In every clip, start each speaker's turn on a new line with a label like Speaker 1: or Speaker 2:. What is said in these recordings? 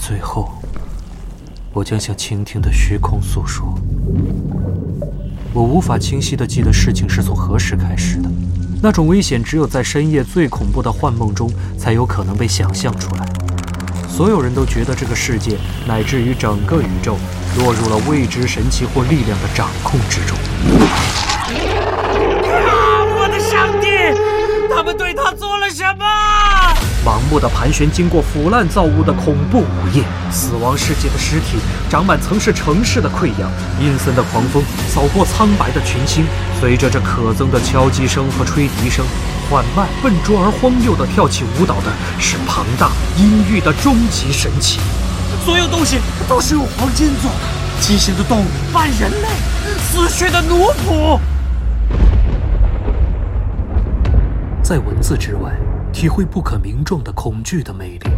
Speaker 1: 最后，我将向倾听的虚空诉说。我无法清晰地记得事情是从何时开始的，那种危险只有在深夜最恐怖的幻梦中才有可能被想象出来。所有人都觉得这个世界乃至于整个宇宙落入了未知神奇或力量的掌控之中。
Speaker 2: 啊！我的上帝，他们对他做了什么？
Speaker 1: 盲目的盘旋，经过腐烂造物的恐怖午夜，死亡世界的尸体长满曾是城市的溃疡，阴森的狂风扫过苍白的群星，随着这可憎的敲击声和吹笛声，缓慢、笨拙而荒谬地跳起舞蹈的是庞大阴郁的终极神奇。
Speaker 2: 所有东西都是用黄金做的，畸形的动物、半人类、死去的奴仆。
Speaker 1: 在文字之外，体会不可名状的恐惧的魅力。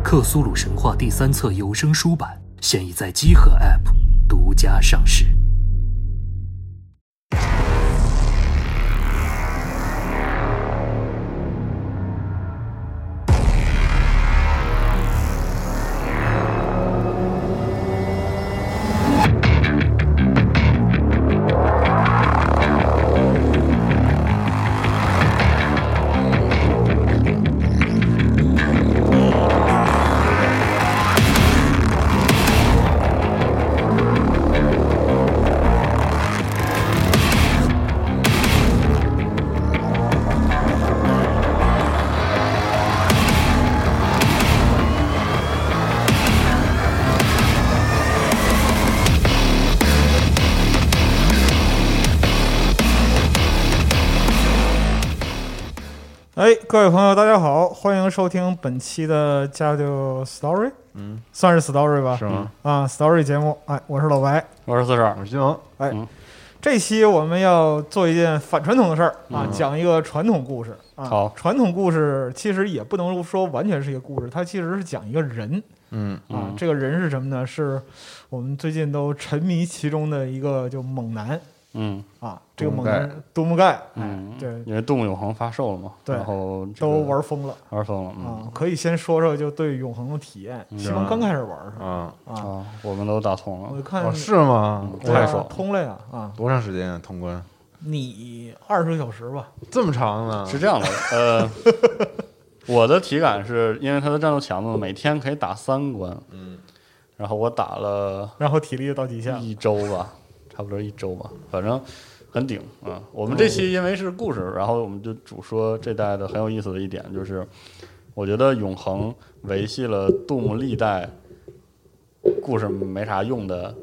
Speaker 1: 《克苏鲁神话》第三册有声书版现已在积禾 App 独家上市。
Speaker 3: 哎，各位朋友，大家好，欢迎收听本期的《家就 Story》，
Speaker 4: 嗯，
Speaker 3: 算是 Story 吧？
Speaker 4: 是吗？
Speaker 3: 啊，Story 节目，哎，我是老白。
Speaker 4: 我是四十嗯二，我是金王。
Speaker 3: 哎这期我们要做一件反传统的事儿啊，讲一个传统故事啊。
Speaker 4: 嗯好
Speaker 3: 传统故事其实也不能说完全是一个故事，它其实是讲一个人
Speaker 4: 嗯，
Speaker 3: 啊。
Speaker 4: 嗯
Speaker 3: 这个人是什么呢？是我们最近都沉迷其中的一个就猛男
Speaker 4: 嗯
Speaker 3: 啊，这个
Speaker 4: 杜
Speaker 3: 猛
Speaker 4: 牧
Speaker 3: 男杜牧盖，哎，
Speaker 4: 嗯，
Speaker 3: 对，
Speaker 4: 因为动物永恒发售了嘛，
Speaker 3: 对
Speaker 4: 然后这个
Speaker 3: 都玩疯了。
Speaker 4: 玩疯了，
Speaker 3: 啊
Speaker 4: 嗯，
Speaker 3: 可以先说说就对永恒的体验。西蒙刚开始玩是吧？
Speaker 5: 啊，
Speaker 3: 啊，
Speaker 4: 啊，我们都打通
Speaker 3: 我
Speaker 4: 了，
Speaker 3: 看
Speaker 5: 哦是吗？
Speaker 4: 嗯
Speaker 3: 对啊
Speaker 5: 太爽！
Speaker 3: 通了呀啊！
Speaker 5: 多长时间啊？通关
Speaker 3: 你二十个小时吧，
Speaker 5: 这么长
Speaker 3: 啊
Speaker 5: 呢？
Speaker 4: 是这样的， 呃，我的体感是因为它的战斗强度，每天可以打三关，
Speaker 5: 嗯，
Speaker 4: 然后我打了
Speaker 3: 然后体力就到极限了。
Speaker 4: 一周吧， 差不多一周吧，反正。很顶啊！我们这
Speaker 3: 嗯
Speaker 4: 期因为是故事，然后我们就主说这代的很有意思的一点，就是我觉得永恒维系了杜牧历代故事没啥用的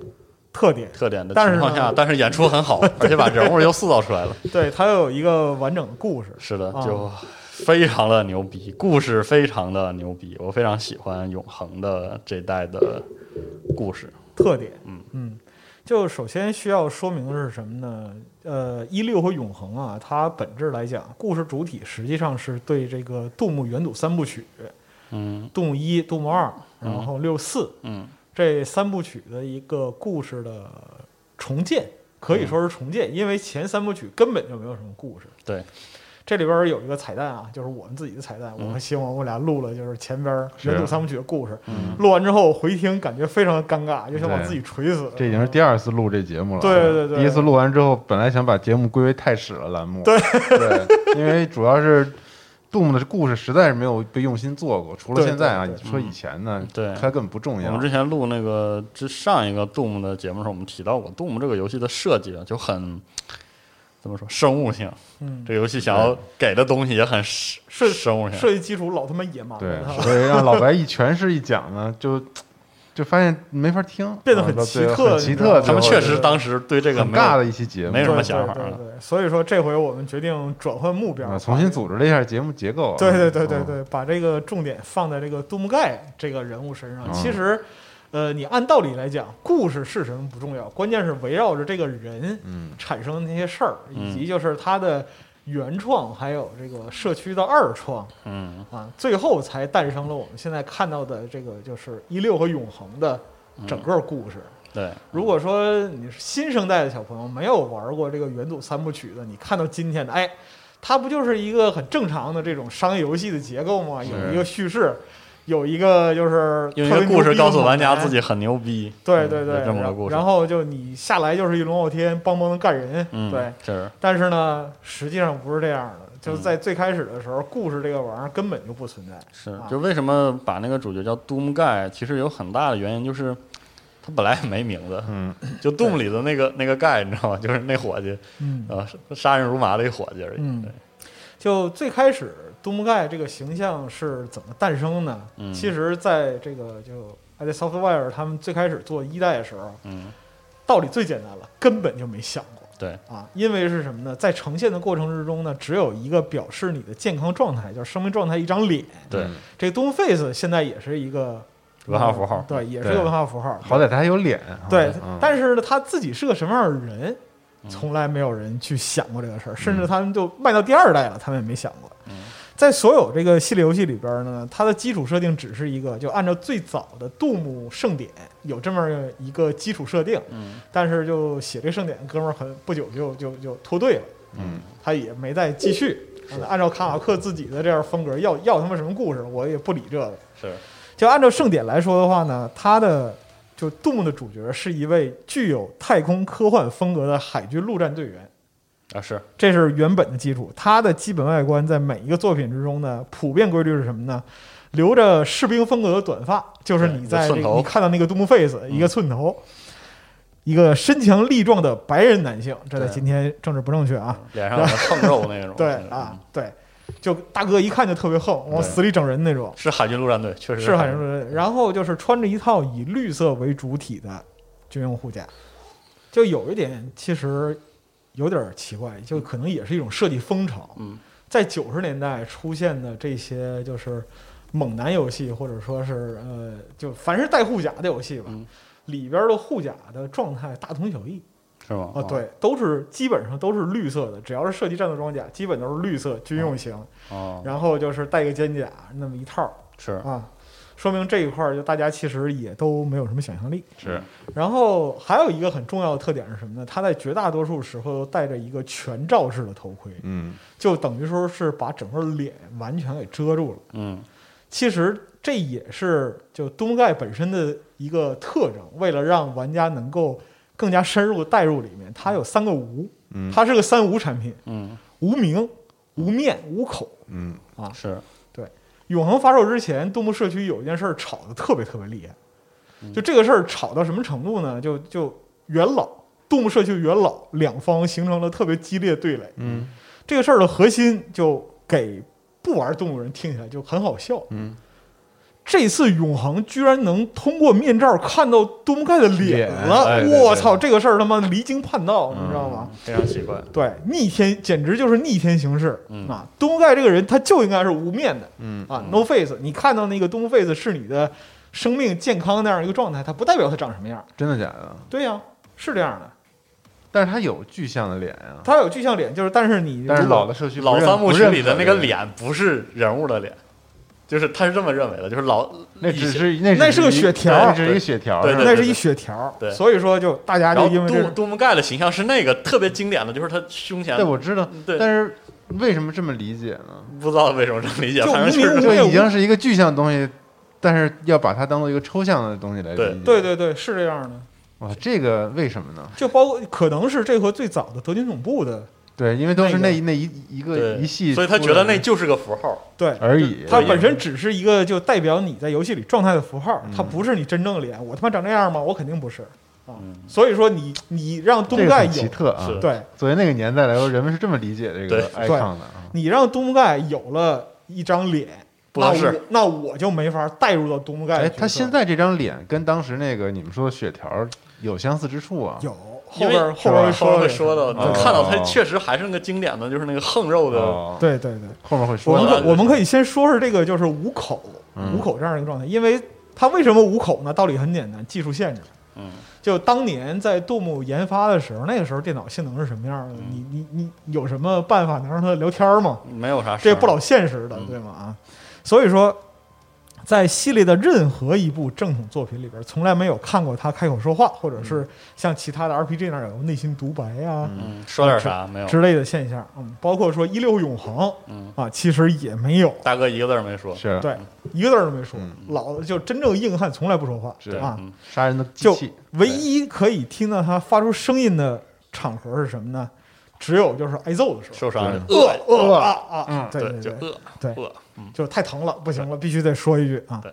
Speaker 3: 特点
Speaker 4: 特点的
Speaker 3: 但是
Speaker 4: 情况下，
Speaker 3: 呢
Speaker 4: 但是演出很好，而且把人物又塑造 出来了。
Speaker 3: 对，它有一个完整的故事。
Speaker 4: 是的，
Speaker 3: 啊
Speaker 4: 就非常的牛逼，故事非常的牛逼，我非常喜欢永恒的这代的故事。
Speaker 3: 特点，
Speaker 4: 嗯
Speaker 3: 就首先需要说明的是什么呢？呃，一六和永恒啊，它本质来讲，故事主体实际上是对这个杜牧原祖三部曲，
Speaker 4: 嗯
Speaker 3: 杜牧一、杜牧二，然后六四、
Speaker 4: 嗯
Speaker 3: 这三部曲的一个故事的重建，可
Speaker 4: 嗯
Speaker 3: 以说是重建，因为前三部曲根本就没有什么故事。
Speaker 4: 对，
Speaker 3: 这里边儿有一个彩蛋啊，就是我们自己的彩蛋。我和西蒙我俩录了，就是前边儿原
Speaker 5: 是
Speaker 3: 著三部曲的故事。
Speaker 4: 嗯
Speaker 3: 录完之后回听，感觉非常尴尬，就想把自己锤死。
Speaker 5: 这已经是第二次录这节目了。啊
Speaker 3: 对对对
Speaker 5: 第一次录完之后，本来想把节目归为太史了栏目。对对，因为主要是杜牧的故事实在是没有被用心做过，除了
Speaker 3: 对
Speaker 5: 现在啊，
Speaker 3: 对嗯
Speaker 5: 你说以前呢，
Speaker 4: 对
Speaker 5: 它根本不重
Speaker 4: 我
Speaker 5: 要
Speaker 4: 们。之前录那个之上一个 Doom 的节目的时候，我们提到过 Doom 这个游戏的设计啊就很怎么说生物性，
Speaker 3: 嗯，
Speaker 4: 这个游戏想要给的东西也很生
Speaker 3: 是
Speaker 4: 生物性。
Speaker 3: 设计基础老他妈野蛮
Speaker 5: 对
Speaker 3: 了， 他，
Speaker 5: 所以让老白一诠释一讲呢，就就发现没法听，
Speaker 3: 变得很
Speaker 5: 啊对
Speaker 3: 奇特
Speaker 5: 很
Speaker 3: 你
Speaker 5: 奇
Speaker 3: 知道吗
Speaker 5: 特。
Speaker 4: 他们
Speaker 5: 最
Speaker 4: 确
Speaker 5: 后
Speaker 4: 实当时对这个
Speaker 5: 很
Speaker 4: 没有
Speaker 5: 尬的一期节目，
Speaker 4: 没
Speaker 3: 对
Speaker 4: 什么
Speaker 3: 对
Speaker 4: 想法
Speaker 3: 对
Speaker 4: 啊
Speaker 3: 对，所以说这回我们决定转换目标
Speaker 5: 啊，，重新组织了一下节目结构啊。
Speaker 3: 对对对对
Speaker 5: 嗯，
Speaker 3: 对，把这个重点放在这个杜牧盖这个人物身上。
Speaker 5: 嗯
Speaker 3: 其实，呃，你按道理来讲，故事是什么不重要，关键是围绕着这个人
Speaker 5: 嗯
Speaker 3: 产生的那些事儿，以
Speaker 4: 嗯
Speaker 3: 及就是他的原创，还有这个社区的二创
Speaker 4: 嗯
Speaker 3: 啊，最后才诞生了我们现在看到的这个就是一六和永恒的
Speaker 5: 嗯
Speaker 3: 整个故事。
Speaker 4: 对
Speaker 3: 如果说你是新生代的小朋友没有玩过这个元祖三部曲的，你看到今天的，哎，它不就是一个很正常的这种商业游戏的结构吗？有一个叙事，有一个就是
Speaker 4: 用一
Speaker 3: 特
Speaker 4: 个
Speaker 3: 别
Speaker 4: 故
Speaker 3: 牛
Speaker 4: 事
Speaker 3: 逼
Speaker 4: 告
Speaker 3: 的
Speaker 4: 诉
Speaker 3: 猛
Speaker 4: 玩家
Speaker 3: 男
Speaker 4: 自己很牛逼，
Speaker 3: 对
Speaker 4: 嗯
Speaker 3: 对对，
Speaker 4: 有这么个故事。
Speaker 3: 然后就你下来就是一龙傲天，帮帮能干人，
Speaker 4: 嗯，
Speaker 3: 对。
Speaker 4: 是
Speaker 3: 但是呢，实际上不是这样的，
Speaker 4: 嗯
Speaker 3: 就是在最开始的时候，故事这个玩意儿根本就不存在。
Speaker 4: 是
Speaker 3: 啊，
Speaker 4: 就为什么把那个主角叫 Doom Guy，其实有很大的原因就是他本来也没名字，
Speaker 5: 嗯，
Speaker 4: 就 Doom 里的那个那个 Guy，你知道吗？就是那伙计，
Speaker 3: 嗯
Speaker 4: 啊，杀人如麻的一伙计而已。
Speaker 3: 嗯
Speaker 4: 对，
Speaker 3: 就最开始杜牧盖这个形象是怎么诞生呢？
Speaker 4: 嗯
Speaker 3: 其实在这个就 ID Software 他们最开始做一代的时候，
Speaker 4: 嗯，
Speaker 3: 道理最简单了，根本就没想过。
Speaker 4: 对
Speaker 3: 啊，因为是什么呢？在呈现的过程之中呢，只有一个表示你的健康状态，就是生命状态一张脸。
Speaker 4: 对，
Speaker 3: 这个 Doom Face 现在也是一个嗯
Speaker 4: 文化符号
Speaker 3: 对，也是
Speaker 5: 对
Speaker 3: 一个文化符号。
Speaker 5: 好歹他还有脸。
Speaker 3: 对
Speaker 5: 嗯，
Speaker 3: 但是呢，他自己是个什么样的人，
Speaker 4: 嗯
Speaker 3: 从来没有人去想过这个事儿，甚至他们就卖到第二代了，他们也没想过
Speaker 4: 嗯。
Speaker 3: 在所有这个系列游戏里边儿呢，它的基础设定只是一个，就按照最早的《杜牧盛典》有这么一个基础设定，
Speaker 4: 嗯
Speaker 3: 但是就写这盛典的哥们儿很不久就就就脱队了，
Speaker 5: 嗯，
Speaker 3: 他也没再继续。按照卡瓦克自己的这样风格，要要他妈什么故事，我也不理这个。
Speaker 4: 是，
Speaker 3: 就按照盛典来说的话呢，它的就 Doom 的主角是一位具有太空科幻风格的海军陆战队员，
Speaker 4: 啊是，
Speaker 3: 这是原本的基础。它的基本外观在每一个作品之中呢，普遍规律是什么呢？留着士兵风格的短发，就是
Speaker 4: 对
Speaker 3: 你在这
Speaker 4: 一个寸
Speaker 3: 个
Speaker 4: 头嗯
Speaker 3: 你看到那个 Doom Face 一个寸头，一个身强力壮的白人男性，这在
Speaker 4: 对
Speaker 3: 今天政治不正确啊，
Speaker 4: 脸上有个蹭肉那 种。
Speaker 3: 对
Speaker 4: 嗯
Speaker 3: 啊，，对，就大哥一看就特别横，往
Speaker 4: 对
Speaker 3: 死里整人那种。
Speaker 4: 是海军陆战队，确实
Speaker 3: 是海
Speaker 4: 军
Speaker 3: 军陆战队。然后就是穿着一套以绿色为主体的军用护甲，就有一点其实有点奇怪，就可能也是一种设计风潮。
Speaker 4: 嗯，
Speaker 3: 在九十年代出现的这些就是猛男游戏，或者说是呃，就凡是带护甲的游戏吧，
Speaker 4: 嗯
Speaker 3: 里边的护甲的状态大同小异。
Speaker 4: 是哦
Speaker 3: 啊，
Speaker 4: 吗？
Speaker 5: 嗯
Speaker 3: 对，都是基本上都是绿色的，只要是设计战斗装甲，基本都是绿色军用型，
Speaker 4: 哦，
Speaker 3: 然后就是带个肩甲那么一套。
Speaker 4: 是
Speaker 3: 啊，说明这一块儿就大家其实也都没有什么想象力。
Speaker 5: 是
Speaker 3: 然后还有一个很重要的特点是什么呢？它在绝大多数时候都戴着一个全罩式的头盔，
Speaker 5: 嗯
Speaker 3: 就等于说是把整个脸完全给遮住了。
Speaker 4: 嗯
Speaker 3: 其实这也是就东盖本身的一个特征，为了让玩家能够更加深入地带入里面，它有三个无，
Speaker 5: 嗯
Speaker 3: 它是个三无产品：
Speaker 4: 嗯
Speaker 3: 无名、无面、无口。
Speaker 5: 嗯
Speaker 4: 是
Speaker 3: 永恒发售之前，动物社区有一件事儿吵得特别特别厉害，
Speaker 5: 嗯
Speaker 3: 就这个事儿吵到什么程度呢？就就元老动物社区元老两方形成了特别激烈的对垒。
Speaker 5: 嗯
Speaker 3: 这个事儿的核心就给不玩动物人听起来就很好笑。
Speaker 5: 嗯，
Speaker 3: 这次永恒居然能通过面罩看到多姆盖的脸了
Speaker 5: 脸哎，对
Speaker 3: 我
Speaker 5: 对
Speaker 3: 操！这个事儿他妈离经叛道，你知道吗？
Speaker 4: 非常奇怪。
Speaker 3: 对，逆天简直就是逆天行事、
Speaker 4: 嗯
Speaker 3: 啊！东盖这个人他就应该是无面的，
Speaker 5: 嗯
Speaker 3: 啊
Speaker 4: 嗯
Speaker 3: ，no face，你看到那个东 face 是你的生命健康那样一个状态，它不代表它长什么样。
Speaker 5: 真的假的？
Speaker 3: 对呀、是这样的，
Speaker 5: 但是他有具象的脸啊。
Speaker 3: 它有具象脸，就是但是你
Speaker 5: 但是
Speaker 3: 如果
Speaker 5: 老的社区不
Speaker 4: 老
Speaker 5: 认
Speaker 4: 三部
Speaker 5: 不
Speaker 4: 曲
Speaker 5: 认
Speaker 4: 里的
Speaker 5: 可
Speaker 4: 那个
Speaker 5: 这
Speaker 4: 脸不是人物的脸，就是他是这么认为的，就是老
Speaker 5: 那
Speaker 4: 一
Speaker 5: 只
Speaker 4: 些
Speaker 5: 是那
Speaker 3: 那
Speaker 5: 只
Speaker 3: 是个
Speaker 5: 一
Speaker 3: 血条
Speaker 5: 那只是一个血条，
Speaker 4: 对
Speaker 5: 是吧
Speaker 4: 对
Speaker 3: 那是一血条，
Speaker 4: 对
Speaker 3: 所以说就大家
Speaker 4: 然
Speaker 3: 就
Speaker 4: 后
Speaker 3: 因为这
Speaker 4: 杜
Speaker 3: 种
Speaker 4: 杜牧盖的形象是那个特别经典的，就是他胸前嗯
Speaker 5: 对，我知道。
Speaker 4: 对
Speaker 5: 但是为什么这么理解呢？
Speaker 4: 不知道为什么这么理解，
Speaker 3: 就
Speaker 4: 反正
Speaker 3: 无名
Speaker 4: 就是
Speaker 3: 无对
Speaker 5: 这
Speaker 3: 我
Speaker 5: 已经是一个具象的东西，但是要把它当做一个抽象的东西来理
Speaker 4: 对
Speaker 5: 解。
Speaker 3: 对，对对是这样的，
Speaker 5: 哇，这个为什么呢？
Speaker 3: 就包括可能是这和最早的德军总部的
Speaker 5: 对，因为都是
Speaker 3: 那
Speaker 5: 那
Speaker 3: 个
Speaker 5: 那一一个
Speaker 4: 对，
Speaker 5: 一系出
Speaker 4: 所
Speaker 5: 来
Speaker 4: 以
Speaker 5: 的，
Speaker 4: 他觉得那就是个符号，
Speaker 3: 对
Speaker 5: 而已
Speaker 3: 它
Speaker 4: 对
Speaker 3: 本身只是一个就代表你在游戏里状态的符号，
Speaker 4: 嗯
Speaker 3: 它不是你真正的脸。我他妈长这样吗？我肯定不是啊。
Speaker 4: 嗯
Speaker 3: 所以说你你让
Speaker 5: 这
Speaker 3: 东
Speaker 5: 个
Speaker 3: 盖
Speaker 5: 很
Speaker 3: 有
Speaker 5: 奇特啊
Speaker 4: 是。
Speaker 3: 对，
Speaker 5: 作为那个年代来说，人们是这么理解这
Speaker 4: 对
Speaker 5: 个
Speaker 4: 对
Speaker 5: icon 的啊。
Speaker 3: 你让东盖有了一张脸，
Speaker 4: 不合适
Speaker 3: 那我那我就没法带入到东盖的
Speaker 5: 哎，
Speaker 3: 角色。
Speaker 5: 他现在这张脸跟当时那个你们说的血条有相似之处啊。
Speaker 3: 有后
Speaker 4: 因为
Speaker 3: 边
Speaker 4: 是
Speaker 3: 后
Speaker 4: 吧
Speaker 3: 边
Speaker 4: 后
Speaker 3: 说
Speaker 4: 面
Speaker 3: 的
Speaker 4: 说的，能
Speaker 3: 嗯
Speaker 5: 哦
Speaker 4: 看到他确实还是那个经典的，就是那个横肉的，
Speaker 5: 哦，
Speaker 3: 对对对，
Speaker 5: 后面会
Speaker 3: 我
Speaker 5: 说
Speaker 3: 们
Speaker 5: 的。
Speaker 3: 可我们可以先说说这个就是五口
Speaker 5: 嗯
Speaker 3: 五口这样一个状态，因为他为什么五口呢？道理很简单，技术限制。
Speaker 4: 嗯，
Speaker 3: 就当年在杜牧研发的时候，那个时候电脑性能是什么样
Speaker 4: 嗯
Speaker 3: 的？你你你有什么办法能让它聊天吗？
Speaker 4: 没有啥事儿，
Speaker 3: 这不老现实的
Speaker 4: 嗯，
Speaker 3: 对吗？啊，所以说，在系列的任何一部正统作品里边，从来没有看过他开口说话，或者是像其他的 RPG 那样有内心独白啊、
Speaker 4: 嗯，说点啥没有？
Speaker 3: 之类的现象。嗯，包括说一六永恒，
Speaker 4: 嗯
Speaker 3: 啊，其实也没有。
Speaker 4: 大哥一个字儿没说，
Speaker 5: 是
Speaker 3: 对，一个字儿都没说，老的就真正硬汉从来不说话
Speaker 5: 是
Speaker 3: 啊，
Speaker 4: 嗯
Speaker 5: 杀人的机
Speaker 3: 就
Speaker 5: 器，
Speaker 3: 唯一可以听到他发出声音的场合是什么呢？只有就是挨揍的时候，
Speaker 4: 受伤了，
Speaker 3: 饿饿
Speaker 4: 饿，嗯
Speaker 3: 啊啊，对
Speaker 4: 对，就
Speaker 3: 对，
Speaker 4: 饿，
Speaker 3: 对
Speaker 4: 饿，嗯，
Speaker 3: 就是太疼了，不行了，必须得说一句啊
Speaker 4: 对。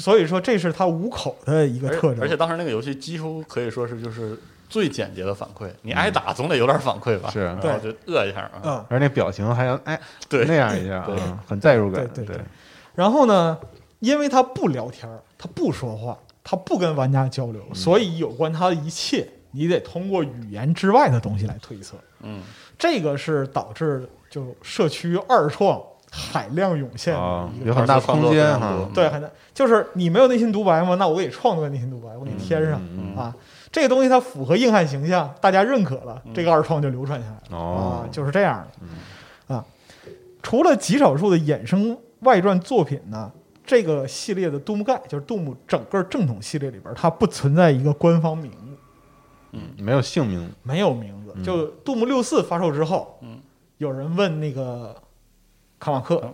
Speaker 3: 所以说，这是他五口的一个
Speaker 4: 而
Speaker 3: 特征，
Speaker 4: 而且当时那个游戏几乎可以说是就是最简洁的反馈，你挨打总得有点反馈吧？
Speaker 5: 是
Speaker 4: 然后
Speaker 3: 对
Speaker 4: 就饿一下啊，
Speaker 3: 嗯，
Speaker 5: 而那表情还要哎
Speaker 4: 对
Speaker 5: 那样一下
Speaker 4: 对
Speaker 5: 啊，很代入感，
Speaker 3: 对对对然后呢，因为他不聊天儿，他不说话，他不跟玩家交
Speaker 4: 嗯
Speaker 3: 流，所以有关他的一切，你得通过语言之外的东西来推测。
Speaker 4: 嗯，
Speaker 3: 这个是导致就社区二创海量涌现的
Speaker 5: 啊
Speaker 3: 一，个
Speaker 5: 有很大空间
Speaker 4: 二次创作
Speaker 5: 哈
Speaker 4: 非常多，
Speaker 3: 对，很难，就是你没有内心独白吗？那我给你创作个内心独白，我给你添上、
Speaker 4: 嗯
Speaker 3: 啊。这个东西它符合硬汉形象，大家认可了，这个二创就流传下来了、
Speaker 5: 哦
Speaker 3: 啊，就是这样的啊。除了极少数的衍生外传作品呢，这个系列的杜牧盖就是杜牧整个正统系列里边，它不存在一个官方名字，
Speaker 5: 没有姓名，
Speaker 3: 没有名字。就杜牧六四发售之后，
Speaker 4: 嗯
Speaker 3: 有人问那个卡马克
Speaker 4: 嗯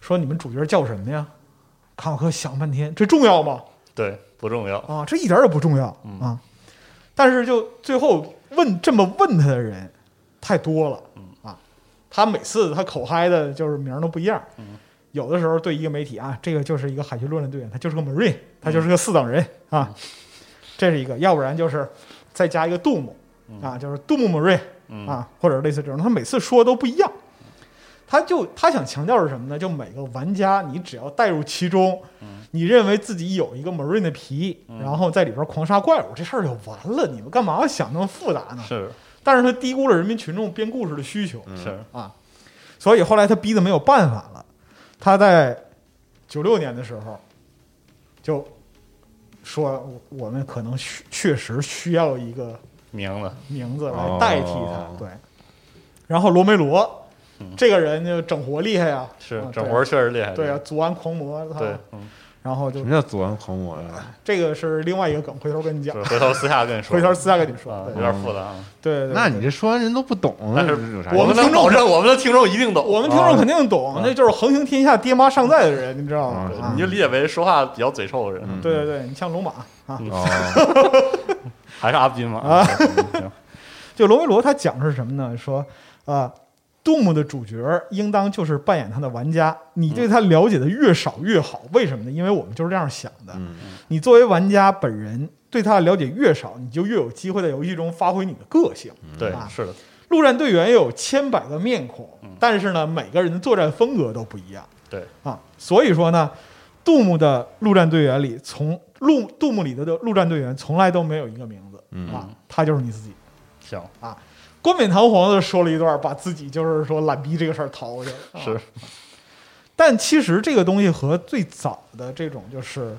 Speaker 3: 说：“你们主角叫什么呀？”卡马克想半天，这重要吗？
Speaker 4: 对，不重要，
Speaker 3: 啊，这一点儿也不重要
Speaker 4: 嗯
Speaker 3: 啊。但是就最后问这么问他的人太多了
Speaker 4: 嗯
Speaker 3: 啊，他每次他口嗨的就是名儿都不一样
Speaker 4: 嗯，
Speaker 3: 有的时候对一个媒体啊，这个就是一个海军陆战队员，他就是个 marine，他
Speaker 4: 嗯
Speaker 3: 就是个四等人啊，这是一个，要不然就是再加一个杜牧啊，就是杜牧 marine
Speaker 4: 嗯
Speaker 3: 啊，或者类似这种，他每次说都不一样。他就他想强调是什么呢？就每个玩家，你只要带入其中，
Speaker 4: 嗯
Speaker 3: 你认为自己有一个 marine 的皮，然后在里边狂杀怪物，这事儿就完了。你们干嘛要想那么复杂呢？
Speaker 4: 是嗯
Speaker 3: 但是他低估了人民群众编故事的需求
Speaker 4: 是，
Speaker 3: 啊，所以后来他逼得没有办法了。他在九六年的时候就说，我我们可能需确实需要一个
Speaker 4: 名字，
Speaker 3: 名字来
Speaker 5: 哦
Speaker 3: 代替他。对，然后罗梅罗、这个人就整活厉害呀、啊，
Speaker 4: 是
Speaker 3: 啊
Speaker 4: 整活儿确实厉害，
Speaker 3: 对啊，
Speaker 4: 啊，
Speaker 3: 祖安狂魔，他
Speaker 4: 对，嗯，
Speaker 3: 然后就
Speaker 5: 什么叫左岸狂魔呀？
Speaker 3: 这个是另外一个梗，回头跟你讲
Speaker 4: 是，回头私下跟你说，
Speaker 3: 回头私下跟你
Speaker 4: 啊
Speaker 3: 说，，
Speaker 4: 有
Speaker 3: 对
Speaker 4: 点复杂啊，
Speaker 3: 对对，
Speaker 5: 那
Speaker 3: 对
Speaker 5: 你这说完人都不懂，啊
Speaker 4: 但是
Speaker 5: 有啥意思？
Speaker 4: 我们能保证我们的听众一定懂，啊
Speaker 3: 我们听众肯定懂，那就是横行天下、爹妈尚在的人，你知道吗？
Speaker 5: 啊
Speaker 3: 啊
Speaker 4: 你就理解为说话比较嘴臭的人，
Speaker 5: 嗯
Speaker 3: 对对对，你像龙马啊，
Speaker 5: 哦，
Speaker 4: 还是阿斌嘛，
Speaker 3: 啊
Speaker 4: 嗯行
Speaker 3: 就罗维罗他讲是什么呢？说啊。杜牧的主角应当就是扮演他的玩家，你对他了解的越少越好。为什么呢？因为我们就是这样想的。
Speaker 5: 嗯
Speaker 3: 你作为玩家本人对他的了解越少，你就越有机会在游戏中发挥你的个性。
Speaker 4: 对
Speaker 3: 啊，
Speaker 4: 是的，
Speaker 3: 陆战队员有千百个面孔，但是呢，每个人的作战风格都不一样
Speaker 4: 对，
Speaker 3: 啊。所以说呢，杜牧的陆战队员里，从陆杜牧里的陆战队员从来都没有一个名字啊，他就是你自己。
Speaker 4: 行，
Speaker 3: 冠冕堂皇的说了一段，把自己就是说懒逼这个事儿逃过去了。啊
Speaker 4: 是，
Speaker 3: 但其实这个东西和最早的这种就是，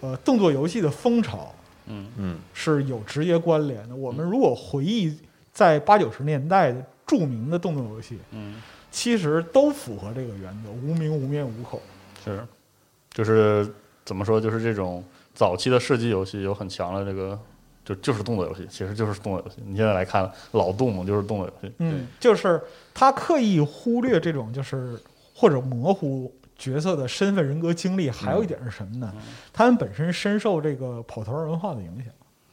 Speaker 3: 呃，动作游戏的风潮
Speaker 4: 嗯
Speaker 5: 嗯
Speaker 3: 是有直接关联的。我们如果回忆在八九十年代的著名的动作游戏，
Speaker 4: 嗯，
Speaker 3: 其实都符合这个原则：无名、无面、无口。
Speaker 4: 是，就是怎么说，就是这种早期的射击游戏有很强的这个，就就是动作游戏，其实就是动作游戏。你现在来看，老动物就是动作游戏，
Speaker 3: 嗯，就是他刻意忽略这种，就是或者模糊角色的身份、人格、经历。还有一点是什么呢？他们本身深受这个跑团文化的影响。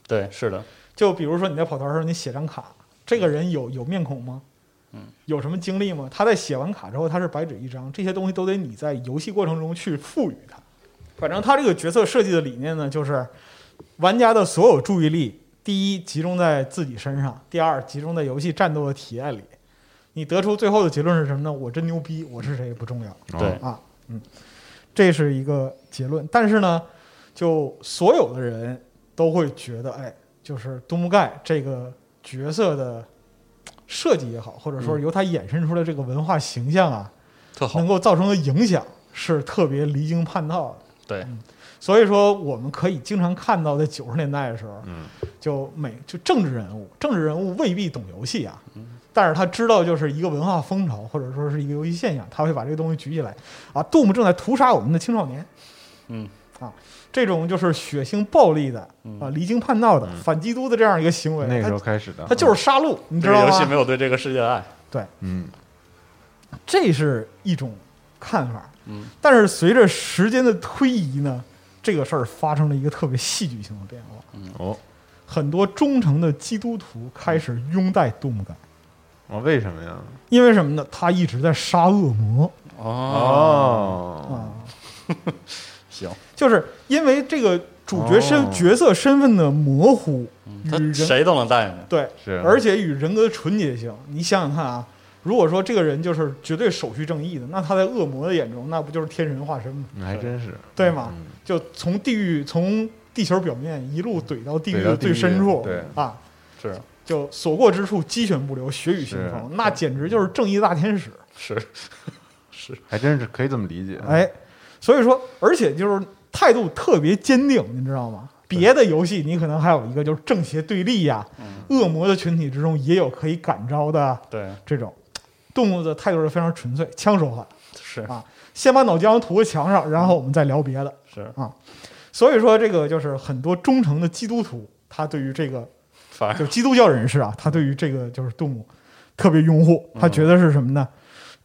Speaker 4: 对，是的，
Speaker 3: 就比如说你在跑团的时候，你写张卡，这个人有有面孔吗？嗯，有什么经历吗？他在写完卡之后，他是白纸一张，这些东西都得你在游戏过程中去赋予他。反正他这个角色设计的理念呢，就是玩家的所有注意力，第一集中在自己身上，第二集中在游戏战斗的体验里。你得出最后的结论是什么呢？我真牛逼，我是谁也不重要。
Speaker 4: 对，
Speaker 3: 啊，嗯，这是一个结论。但是呢，就所有的人都会觉得，哎，就是杜牧盖这个角色的设计也好，或者说由他衍生出来这个文化形象啊，
Speaker 4: 嗯特好
Speaker 3: 能，够造成的影响是特别离经叛道的。
Speaker 4: 对，
Speaker 3: 所以说，我们可以经常看到，在九十年代的时候，
Speaker 5: 嗯
Speaker 3: 就每就政治人物，政治人物未必懂游戏啊，但是他知道就是一个文化风潮或者说是一个游戏现象，他会把这个东西举起来啊，Doom 正在屠杀我们的青少年，
Speaker 4: 嗯
Speaker 3: 啊，这种就是血腥暴力的啊，
Speaker 4: 嗯
Speaker 3: 离经叛道的、反基督的这样一个行为，
Speaker 5: 那个时
Speaker 3: 他
Speaker 5: 候开始的，
Speaker 3: 他就是杀戮，你知
Speaker 4: 这个
Speaker 3: 道
Speaker 4: 游戏
Speaker 3: 吗？
Speaker 4: 没有对这个世界的爱，
Speaker 5: 嗯，
Speaker 3: 这是一种看法，
Speaker 4: 嗯，
Speaker 3: 但是随着时间的推移呢，这个事儿发生了一个特别戏剧性的变化，
Speaker 5: 嗯哦，
Speaker 3: 很多忠诚的基督徒开始拥戴杜姆改，
Speaker 5: 哦，为什么呀？
Speaker 3: 因为什么呢？他一直在杀恶魔
Speaker 4: 哦，
Speaker 3: 啊，
Speaker 5: 哦，
Speaker 4: 行，
Speaker 3: 就是因为这个主角身、
Speaker 5: 哦嗯
Speaker 3: 角色身份的模糊与
Speaker 4: 他
Speaker 3: 人
Speaker 4: 谁都能带呢，
Speaker 3: 对，
Speaker 5: 是
Speaker 3: 而且与人格的纯洁性，你想想看啊。如果说这个人就是绝对守序正义的，那他在恶魔的眼中，那不就是天神化身吗？
Speaker 5: 那还真是，
Speaker 3: 对吗
Speaker 5: 嗯？
Speaker 3: 就从地狱从地球表面一路怼到地狱
Speaker 5: 怼到
Speaker 3: 的
Speaker 5: 地狱
Speaker 3: 最深处，
Speaker 5: 对
Speaker 3: 啊，
Speaker 4: 是
Speaker 3: 就所过之处鸡犬不留，血雨腥风，
Speaker 5: 是
Speaker 3: 那简直就是正义大天使。
Speaker 4: 是，
Speaker 5: 还真是可以这么理解。，
Speaker 3: 哎，所以说，而且就是态度特别坚定，你知道吗？别的游戏你可能还有一个就是正邪对立呀、
Speaker 5: 嗯
Speaker 3: 恶魔的群体之中也有可以感召的
Speaker 4: 对，
Speaker 3: 这种。动物的态度是非常纯粹，枪手狠，
Speaker 4: 是
Speaker 3: 啊先把脑浆涂个墙上，然后我们再聊别的。
Speaker 4: 是，
Speaker 3: 所以说，这个就是很多忠诚的基督徒，他对于这个
Speaker 4: 反
Speaker 3: 就
Speaker 4: 正
Speaker 3: 基督教人士啊，他对于这个就是杜牧特别拥护，他觉得是什么呢？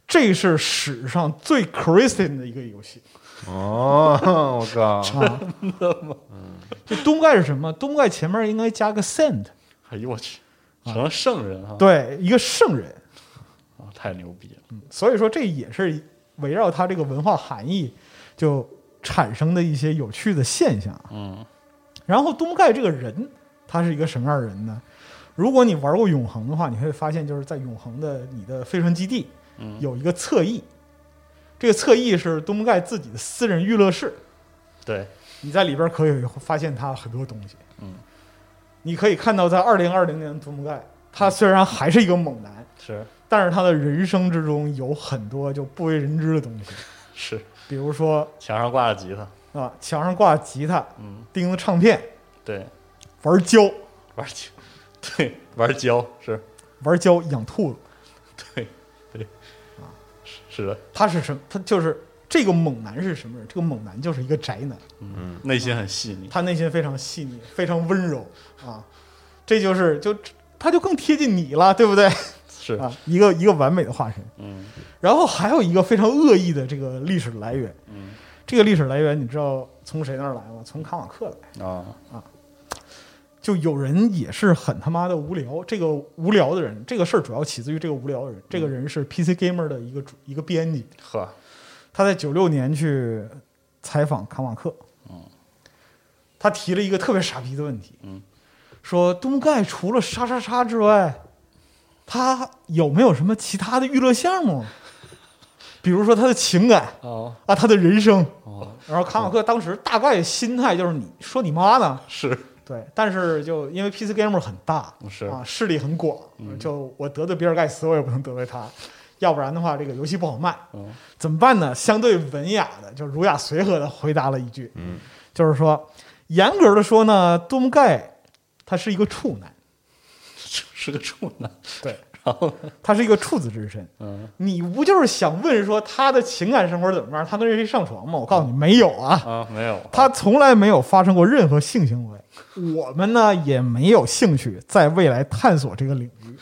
Speaker 3: 这是史上最 Christian 的一个游戏
Speaker 5: 哦，我靠，
Speaker 3: 啊！真的吗？就东盖是什么？东盖前面应该加个 Saint，
Speaker 4: 哎呦我去，成了圣人哈，
Speaker 3: 啊对，一个圣人。
Speaker 4: 啊，太牛逼了，
Speaker 3: 所以说，这也是围绕他这个文化含义就产生的一些有趣的现象。
Speaker 4: 嗯，
Speaker 3: 然后东盖这个人，他是一个什么样的人呢？如果你玩过永恒的话，你会发现就是在永恒的你的飞船基地，
Speaker 4: 嗯
Speaker 3: 有一个侧翼，这个侧翼是东盖自己的私人娱乐室，
Speaker 4: 对，
Speaker 3: 你在里边可以发现他很多东西。
Speaker 4: 嗯，
Speaker 3: 你可以看到在二零二零年的东盖，他虽然还是一个猛男，
Speaker 4: 是
Speaker 3: 但是他的人生之中有很多就不为人知的东西，
Speaker 4: 是，
Speaker 3: 比如说
Speaker 4: 墙上挂着吉他，
Speaker 3: 啊，墙上挂吉他、
Speaker 4: 嗯，
Speaker 3: 钉子唱片、
Speaker 4: 对，
Speaker 3: 玩胶、
Speaker 4: 玩胶， 对，玩胶是，
Speaker 3: 玩胶养兔子。
Speaker 4: 对，对，是是的，
Speaker 3: 他是什么？他就是这个猛男是什么人？这个猛男就是一个宅男，
Speaker 4: 嗯，内心很细腻，
Speaker 3: 他内心非常细腻，非常温柔啊，这就是就他就更贴近你了，对不 对
Speaker 4: 是，
Speaker 3: 啊？一个一个完美的化身。
Speaker 4: 嗯
Speaker 3: 然后还有一个非常恶意的这个历史来源，
Speaker 4: 嗯
Speaker 3: 这个历史来源你知道从谁那儿来吗？从卡瓦克来。
Speaker 4: 啊，
Speaker 3: 就有人也是很他妈的无聊，这个无聊的人，这个事儿主要起自于这个无聊的人。这个人是 PC Gamer 的一个主一个编辑，
Speaker 4: 呵，
Speaker 3: 他在九六年去采访卡马克，他提了一个特别傻逼的问题，
Speaker 4: 嗯
Speaker 3: 说东盖除了杀杀杀之外，他有没有什么其他的娱乐项目？比如说他的情感
Speaker 4: 哦
Speaker 3: 啊，他的人生。
Speaker 4: 哦，
Speaker 3: 然后卡马克当时大概心态就是你说你妈呢，
Speaker 4: 是
Speaker 3: 对，但是就因为 PC Gamer 很大，
Speaker 4: 是嗯
Speaker 3: 啊，势力很广，就我得罪比尔盖茨，我也不能得罪他，要不然的话，这个游戏不好卖。
Speaker 4: 嗯
Speaker 3: 怎么办呢？相对文雅的，就儒雅随和的回答了一句，
Speaker 5: 嗯，
Speaker 3: 就是说，严格的说呢，多姆盖他是一个处男，
Speaker 4: 是个处男，
Speaker 3: 对，他是一个处子之身。
Speaker 4: 嗯
Speaker 3: 你不就是想问说他的情感生活怎么样？他跟谁上床吗？我告诉你，没有啊。
Speaker 4: 啊，没有，
Speaker 3: 他从来没有发生过任何性行为，我们呢也没有兴趣在未来探索这个领域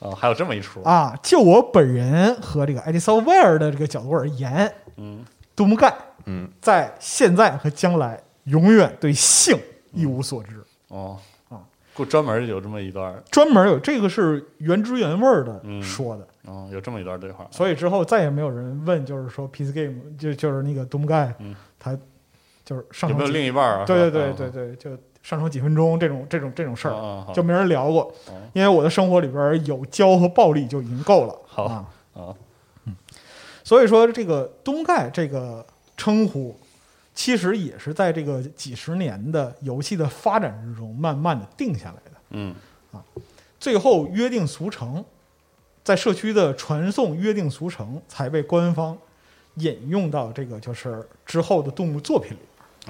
Speaker 4: 啊，还有这么一出，
Speaker 3: 啊。就我本人和这个艾迪·威尔的这个角度而言，
Speaker 4: 嗯，
Speaker 3: 杜姆盖
Speaker 5: 嗯，
Speaker 3: 在现在和将来永远对性一无所知，
Speaker 4: 哦
Speaker 3: 啊，
Speaker 4: 过专门有这么一段儿，
Speaker 3: 专门有这个是原汁原味儿的
Speaker 4: 嗯
Speaker 3: 说的，
Speaker 4: 哦，有这么一段对话，
Speaker 3: 所以之后再也没有人问，就是说 PC Game 就就是那个杜姆盖
Speaker 4: 嗯，
Speaker 3: 他就是上床
Speaker 4: 有没有
Speaker 3: 几
Speaker 4: 另一半儿啊？
Speaker 3: 对
Speaker 4: 是吧
Speaker 3: 对对对，对，就上床几分钟这种这种这种事儿。
Speaker 4: 啊好
Speaker 3: 就没人聊过
Speaker 4: 哦，
Speaker 3: 因为我的生活里边有胶和暴力就已经够了。
Speaker 4: 好
Speaker 3: 啊，
Speaker 4: 啊，
Speaker 3: 所以说这个东盖这个称呼，其实也是在这个几十年的游戏的发展之中慢慢的定下来的。
Speaker 4: 嗯，
Speaker 3: 最后约定俗成，在社区的传送约定俗成才被官方引用到这个就是之后的动物作品里。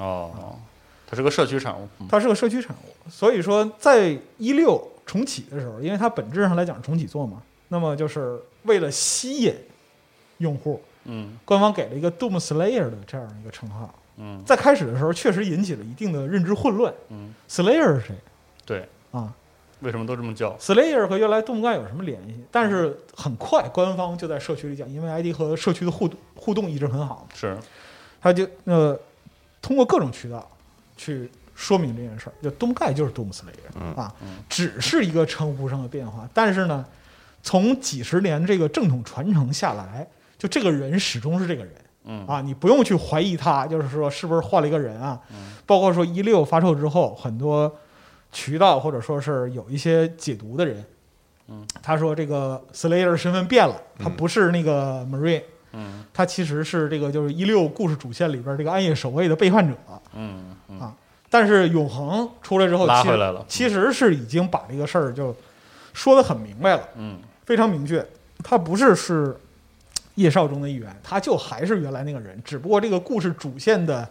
Speaker 4: 哦哦，它是个社区产物，嗯
Speaker 3: 它是个社区产物，所以说在一六重启的时候，因为它本质上来讲是重启作嘛，那么就是为了吸引用户，
Speaker 4: 嗯
Speaker 3: 官方给了一个 Doom Slayer 的这样一个称号。
Speaker 4: 嗯
Speaker 3: 在开始的时候，确实引起了一定的认知混乱。
Speaker 4: 嗯，
Speaker 3: Slayer 是谁
Speaker 4: 对，
Speaker 3: 啊
Speaker 4: 为什么都这么叫？
Speaker 3: ？Slayer 和原来 Doom 干有什么联系？但是很快，官方就在社区里讲，因为 ID 和社区的互动互动一直很好嘛，
Speaker 4: 是，
Speaker 3: 他就呃通过各种渠道去说明这件事儿，就 Doom 盖就是 Doom Slayer、
Speaker 5: 嗯
Speaker 3: 啊
Speaker 4: 嗯，
Speaker 3: 只是一个称呼上的变化，但是呢，从几十年这个正统传承下来，就这个人始终是这个人。
Speaker 4: 嗯
Speaker 3: 啊，你不用去怀疑他，就是说是不是换了一个人啊？
Speaker 4: 嗯
Speaker 3: 包括说一六发售之后，很多渠道或者说是有一些解读的人，
Speaker 4: 嗯，
Speaker 3: 他说这个 Slayer 身份变了，他不是那个 Marine，
Speaker 4: 嗯
Speaker 3: 他其实是这个就是一六故事主线里边这个暗夜守卫的背叛者。
Speaker 4: 嗯嗯
Speaker 3: 但是永恒出来之后，
Speaker 4: 拉
Speaker 3: 其实
Speaker 4: 回来了
Speaker 3: 其实是已经把这个事儿就说得很明白了，
Speaker 4: 嗯
Speaker 3: 非常明确，他不是是叶少中的一员，他就还是原来那个人，只不过这个故事主线的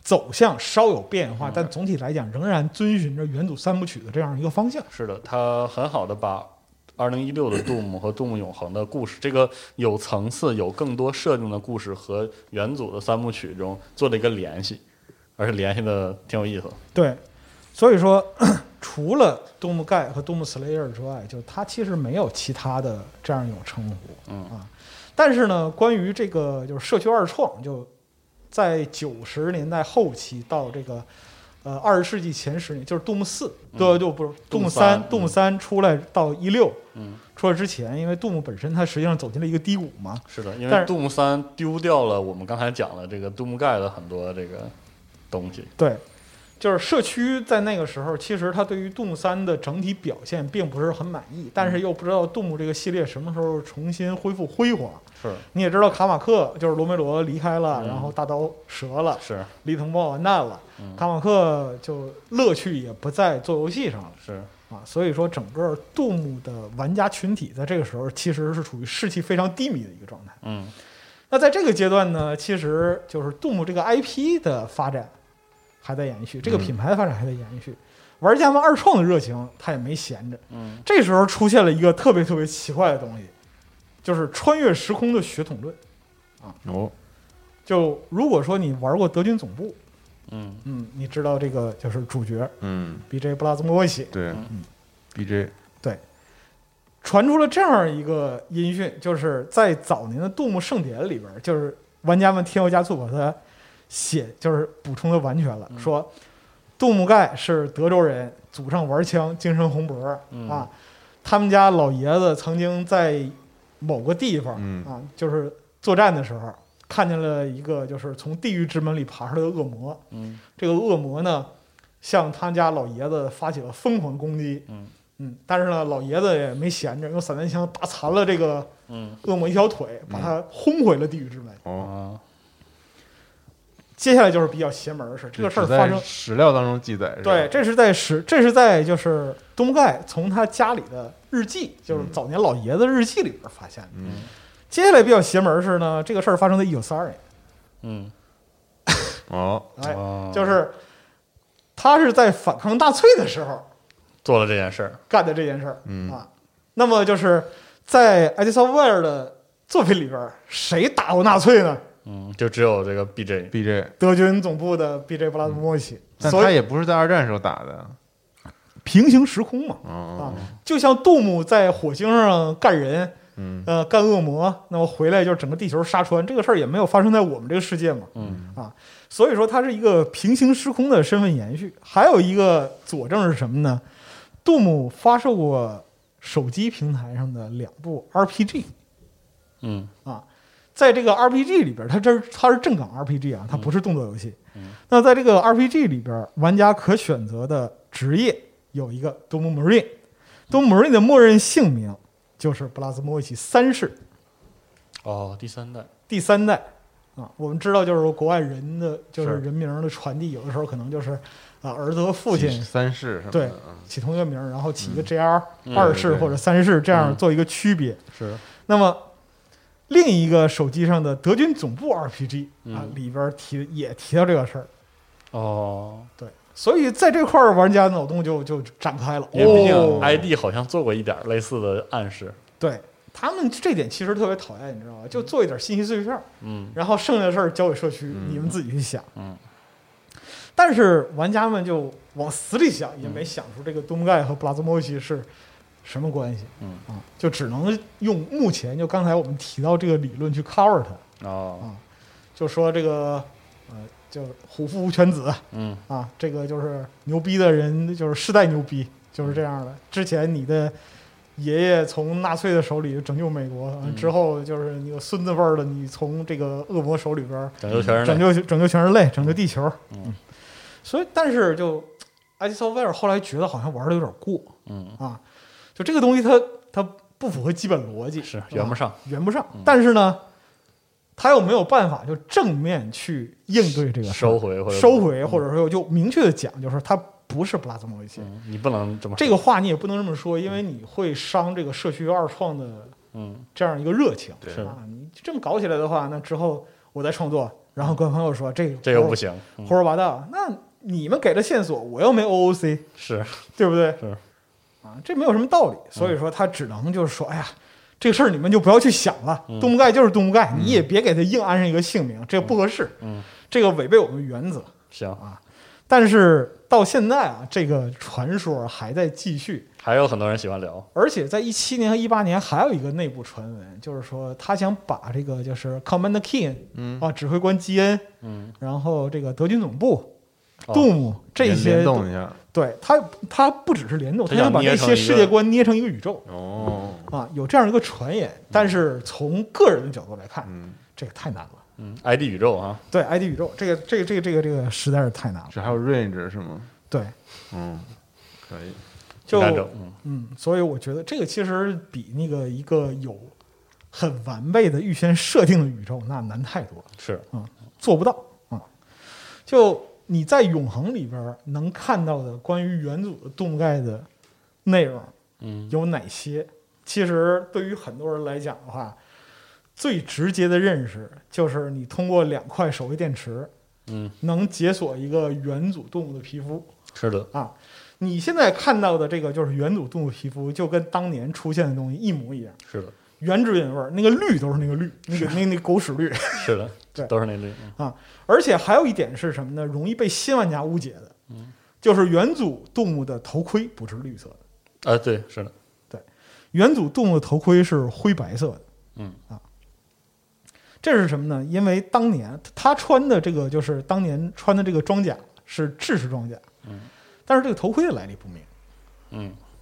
Speaker 3: 走向稍有变化，但总体来讲仍然遵循着元祖三部曲的这样一个方向。
Speaker 4: 是的，他很好的把二零一六的 Doom 和 Doom 永恒的故事，这个有层次、有更多设定的故事和元祖的三部曲中做了一个联系，而且联系的挺有意思。
Speaker 3: 对，所以说 除了 Doom Guy 和 Doom Slayer 之外，就他其实没有其他的这样一种称呼，
Speaker 4: 嗯
Speaker 3: 啊，但是呢，关于这个就是社区二创，就在九十年代后期到这个呃二十世纪前十年，就是 Doom 四、对对不是
Speaker 4: Doom
Speaker 3: Doom
Speaker 4: 嗯三
Speaker 3: 三
Speaker 4: 嗯
Speaker 3: ，Doom 三出来到一六
Speaker 4: 嗯，
Speaker 3: 出来之前，因为 Doom 本身它实际上走进了一个低谷嘛，
Speaker 4: 是的，因为
Speaker 3: 但是
Speaker 4: Doom 三丢掉了我们刚才讲的这个 Doom 盖的很多这个东西。
Speaker 3: 对，就是社区在那个时候，其实他对于 Doom 三的整体表现并不是很满意，但是又不知道 Doom 这个系列什么时候重新恢复辉煌。
Speaker 4: 是
Speaker 3: 你也知道，卡马克就是罗梅罗离开了，
Speaker 4: 嗯
Speaker 3: 然后大刀折了，
Speaker 4: 是
Speaker 3: 李腾豹完蛋了，卡马克就乐趣也不在做游戏上了。
Speaker 4: 是，
Speaker 3: 啊，所以说整个 Doom 的玩家群体在这个时候其实是处于士气非常低迷的一个状态。
Speaker 4: 嗯
Speaker 3: 那在这个阶段呢，其实就是 Doom 这个 IP 的发展还在延续，这个品牌的发展还在延续，玩家们二创的热情他也没闲着。
Speaker 4: 嗯
Speaker 3: 这时候出现了一个特别特别奇怪的东西，就是穿越时空的血统论。
Speaker 5: 哦，
Speaker 3: 就如果说你玩过《德军总部》，
Speaker 4: 嗯
Speaker 3: 嗯，你知道这个就是主角
Speaker 5: 嗯，
Speaker 3: BJ 布拉兹莫维奇
Speaker 5: 对
Speaker 4: 嗯
Speaker 5: ，BJ，
Speaker 3: 传出了这样一个音讯，就是在早年的《杜牧盛典》里边，就是玩家们添油加醋把它写，就是补充的完全了，说杜牧盖是德州人，祖上玩枪，精神红脖儿
Speaker 4: 嗯
Speaker 3: 啊，他们家老爷子曾经在某个地方
Speaker 5: 嗯
Speaker 3: 啊，就是作战的时候看见了一个就是从地狱之门里爬出来的恶魔，
Speaker 4: 嗯
Speaker 3: 这个恶魔呢，向他家老爷子发起了疯狂攻击。
Speaker 4: 嗯
Speaker 3: 嗯但是呢，老爷子也没闲着，用散弹枪打残了这个
Speaker 4: 嗯
Speaker 3: 恶魔一条腿，把他轰回了地狱之门。
Speaker 4: 啊
Speaker 5: 哦，
Speaker 3: 接下来就是比较邪门的事，这个事儿
Speaker 5: 只在
Speaker 3: 发生。
Speaker 5: 史料当中记载，是吧
Speaker 3: 对，，这是在史，这是在就是东盖从他家里的日记，就是早年老爷子日记里边发现的。
Speaker 5: 嗯
Speaker 3: 接下来比较邪门的是呢，这个事儿发生在一九三二年，
Speaker 4: 嗯，
Speaker 5: 哦，
Speaker 3: 哎，
Speaker 4: 哦
Speaker 3: 就是他是在反抗纳粹的时候
Speaker 4: 做了这件事儿。
Speaker 3: 干的这件事儿。
Speaker 5: 嗯
Speaker 3: 啊，那么就是在艾迪· w 威尔的作品里边儿，谁打过纳粹呢？
Speaker 4: 嗯，就只有这个 BJ，
Speaker 5: ，BJ，
Speaker 3: 德军总部的 B.J. 布拉德莫奇，
Speaker 5: 但
Speaker 3: 所
Speaker 5: 他
Speaker 3: 以
Speaker 5: 也不是在二战时候打的，
Speaker 3: 平行时空嘛，啊
Speaker 5: 哦，，
Speaker 3: 就像杜牧在火星上干人，
Speaker 5: 嗯，
Speaker 3: 呃，干恶魔，那么回来就是整个地球杀穿，这个事儿也没有发生在我们这个世界嘛，
Speaker 4: 嗯
Speaker 3: 啊，所以说它是一个平行时空的身份延续。还有一个佐证是什么呢？杜牧发售过手机平台上的两部 RPG，
Speaker 4: 嗯
Speaker 3: 啊，在这个 RPG 里边儿，它这是它是正港 RPG
Speaker 5: 嗯
Speaker 3: 啊，它不是动作游戏。那在这个 RPG 里边儿，玩家可选择的职业有一个 Doom Marine。Doom Marine 的默认姓名就是布拉兹莫维奇三世
Speaker 4: 哦，第三代，
Speaker 3: 第三代啊。我们知道，就是说国外人的就是
Speaker 5: 是
Speaker 3: 人名儿的传递，有的时候可能就是啊儿子和父
Speaker 5: 几
Speaker 3: 亲
Speaker 5: 三世什么
Speaker 3: 对
Speaker 5: 的，嗯
Speaker 3: 起同一个名儿，然后起一个 JR、
Speaker 4: 嗯
Speaker 3: 二世
Speaker 5: 对
Speaker 3: 或者三世这样
Speaker 4: 嗯
Speaker 3: 做一个区别。
Speaker 4: 是
Speaker 3: 那么另一个手机上的德军总部 RPG 啊
Speaker 4: 嗯
Speaker 3: 里边提也提到这个事儿，
Speaker 4: 哦，
Speaker 3: 对，所以在这块儿，玩家脑洞就就展开了。
Speaker 4: 因为毕竟
Speaker 3: 哦
Speaker 4: ID 好像做过一点类似的暗示，
Speaker 3: 对他们这点其实特别讨厌，你知道吗？就做一点信息碎片儿，
Speaker 4: 嗯
Speaker 3: 然后剩下的事儿交给社区，你们自己去想。
Speaker 4: 嗯，
Speaker 3: 但是玩家们就往死里想，也没想出这个东盖和布拉兹莫西是什么关系。
Speaker 4: 嗯
Speaker 3: 啊，就只能用目前就刚才我们提到这个理论去 cover 它，
Speaker 4: 哦，
Speaker 3: 就说这个呃，就虎父无犬子
Speaker 4: 嗯
Speaker 3: 啊，这个就是牛逼的人就是世代牛逼，就是这样的。之前你的爷爷从纳粹的手里拯救美国，
Speaker 4: 嗯
Speaker 3: 完了之后就是你有孙子辈儿的，你从这个恶魔手里边儿
Speaker 4: 拯救全人类
Speaker 3: 拯，救拯救全人类，拯救地球。
Speaker 4: 嗯，
Speaker 3: 所以但是就埃及索威尔后来觉得好像玩的有点过
Speaker 4: 嗯
Speaker 3: 啊，就这个东西它它不符合基本逻辑，啊
Speaker 4: 是
Speaker 3: 吧
Speaker 4: 圆不上，
Speaker 3: 圆不上。但是呢，他又没有办法就正面去应对这个事儿
Speaker 4: 收回或者
Speaker 3: 哦收回，或者说就明确的讲，就是他不是布拉兹莫维奇。
Speaker 4: 嗯，你不能这么
Speaker 3: 这个话你也不能这么说，因为你会伤这个社区二创的
Speaker 4: 嗯
Speaker 3: 这样一个热情。
Speaker 5: 对
Speaker 4: 是
Speaker 3: 啊，你这么搞起来的话，那之后我再创作，然后跟朋友说这个
Speaker 4: 这又不，行，
Speaker 3: 胡
Speaker 4: 嗯
Speaker 3: 说八道。那你们给的线索，我又没 OOC，
Speaker 4: 是
Speaker 3: 对不对？
Speaker 4: 是嗯
Speaker 3: 啊，这没有什么道理，所以说他只能就是说，哎呀，这个事儿你们就不要去想了，
Speaker 4: 嗯
Speaker 3: 杜牧盖就是杜牧盖，你也别给他硬安上一个姓名，这个不合适，
Speaker 4: 嗯，
Speaker 3: 这个违背我们原则。
Speaker 4: 行，
Speaker 3: 但是到现在啊，这个传说还在继续，
Speaker 4: 还有很多人喜欢聊，
Speaker 3: 而且在一七年和一八年还有一个内部传闻，就是说他想把这个就是 Commander King
Speaker 5: 嗯
Speaker 3: 啊，指挥官基恩，
Speaker 4: 嗯，
Speaker 3: 然后这个德军总部、
Speaker 4: 哦
Speaker 3: 杜姆这些
Speaker 5: 联动一下，
Speaker 3: 对他，他不只是联动，
Speaker 4: 他
Speaker 3: 他
Speaker 4: 想
Speaker 3: 想把
Speaker 4: 捏
Speaker 3: 这
Speaker 4: 成
Speaker 3: 些
Speaker 4: 一个
Speaker 3: 世界观捏成一个宇宙
Speaker 5: 哦，
Speaker 3: 啊，有这样一个传言。
Speaker 4: 嗯
Speaker 3: 但是从个人的角度来看，
Speaker 5: 嗯，
Speaker 3: 这个太难了。
Speaker 4: 嗯，ID 宇宙啊，
Speaker 3: 对 ID 宇宙，这个这个这个这个这个实在是太难了。
Speaker 5: 这还有 range 是吗？
Speaker 3: 对，
Speaker 5: 嗯，可以，
Speaker 3: 就
Speaker 4: 南州嗯
Speaker 3: 嗯，所以我觉得这个其实比那个一个有很完备的预先设定的宇宙那难太多了，
Speaker 4: 是
Speaker 3: 做不到啊。就你在永恒里边儿能看到的关于元祖的动盖的内容，
Speaker 4: 嗯
Speaker 3: 有哪些？其实对于很多人来讲的话，最直接的认识就是你通过两块手机电池
Speaker 4: 嗯
Speaker 3: 能解锁一个元祖动物的皮肤
Speaker 4: 是的，
Speaker 3: 啊。你现在看到的这个就是元祖动物皮肤，就跟当年出现的东西一模一样，
Speaker 4: 是的，
Speaker 3: 原汁原味儿。那个绿都是那个绿，那个那那狗屎绿。
Speaker 4: 是的，
Speaker 3: 对
Speaker 4: 都是那类，嗯
Speaker 3: 而且还有一点是什么呢？容易被新玩家误解的，就是元祖动物的头盔不是绿色的，
Speaker 4: 啊，对，是的，
Speaker 3: 元祖动物的头盔是灰白色的。啊
Speaker 4: 嗯
Speaker 3: 这是什么呢？因为当年他穿的这个就是当年穿的这个装甲是制式装甲，
Speaker 4: 嗯，
Speaker 3: 但是这个头盔的来历不明，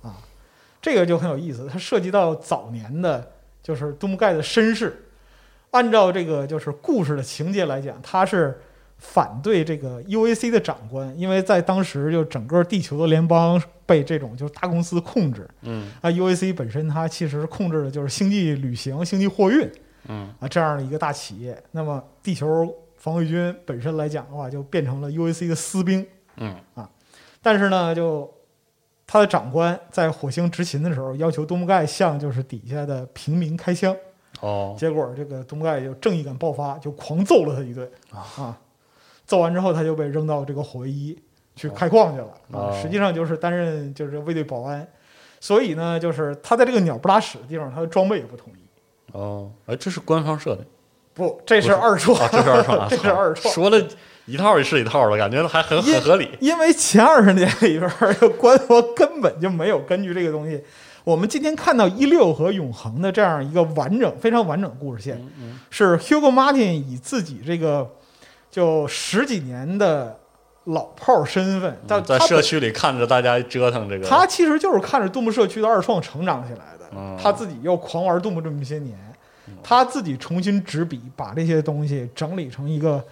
Speaker 3: 啊
Speaker 4: 嗯
Speaker 3: 这个就很有意思。它涉及到早年的就是杜牧盖的身世，按照这个就是故事的情节来讲，他是反对这个 UAC 的长官，因为在当时就整个地球的联邦被这种就是大公司控制
Speaker 4: 嗯
Speaker 3: 啊，UAC 本身它其实控制的就是星际旅行、星际货运，
Speaker 4: 嗯
Speaker 3: 啊这样的一个大企业，那么地球防卫军本身来讲的话，就变成了 UAC 的私兵。啊
Speaker 4: 嗯
Speaker 3: 但是呢，就他的长官在火星执勤的时候，要求东木盖向就是底下的平民开枪，
Speaker 4: 哦，
Speaker 3: 结果这个东木盖就正义感爆发，就狂揍了他一顿啊！揍完之后，他就被扔到这个火卫一去开矿去了啊！
Speaker 4: 哦
Speaker 3: 实际上就是担任就是卫队保安，所以呢，就是他在这个鸟不拉屎的地方，他的装备也不统一。
Speaker 4: 哦，哎，这是官方设的，
Speaker 3: 不，这是
Speaker 4: 不是
Speaker 3: 二创，
Speaker 4: 啊，这是二创 啊，
Speaker 3: 这是二创。
Speaker 4: 说的一套是一套的，感觉还很
Speaker 3: 因
Speaker 4: 很合理。
Speaker 3: 因为前二十年里边儿，这官方根本就没有根据这个东西。我们今天看到一六和永恒的这样一个完整、非常完整的故事线，
Speaker 4: 嗯
Speaker 3: 是 Hugo Martin 以自己这个就十几年的老炮儿身份，但
Speaker 4: 嗯在
Speaker 3: 他
Speaker 4: 社
Speaker 3: 本
Speaker 4: 区里看着大家折腾这个，
Speaker 3: 他其实就是看着杜牧社区的二创成长起来
Speaker 4: 嗯
Speaker 3: 的，他自己又狂玩杜牧这么些年，他自己重新执笔，把这些东西整理成一个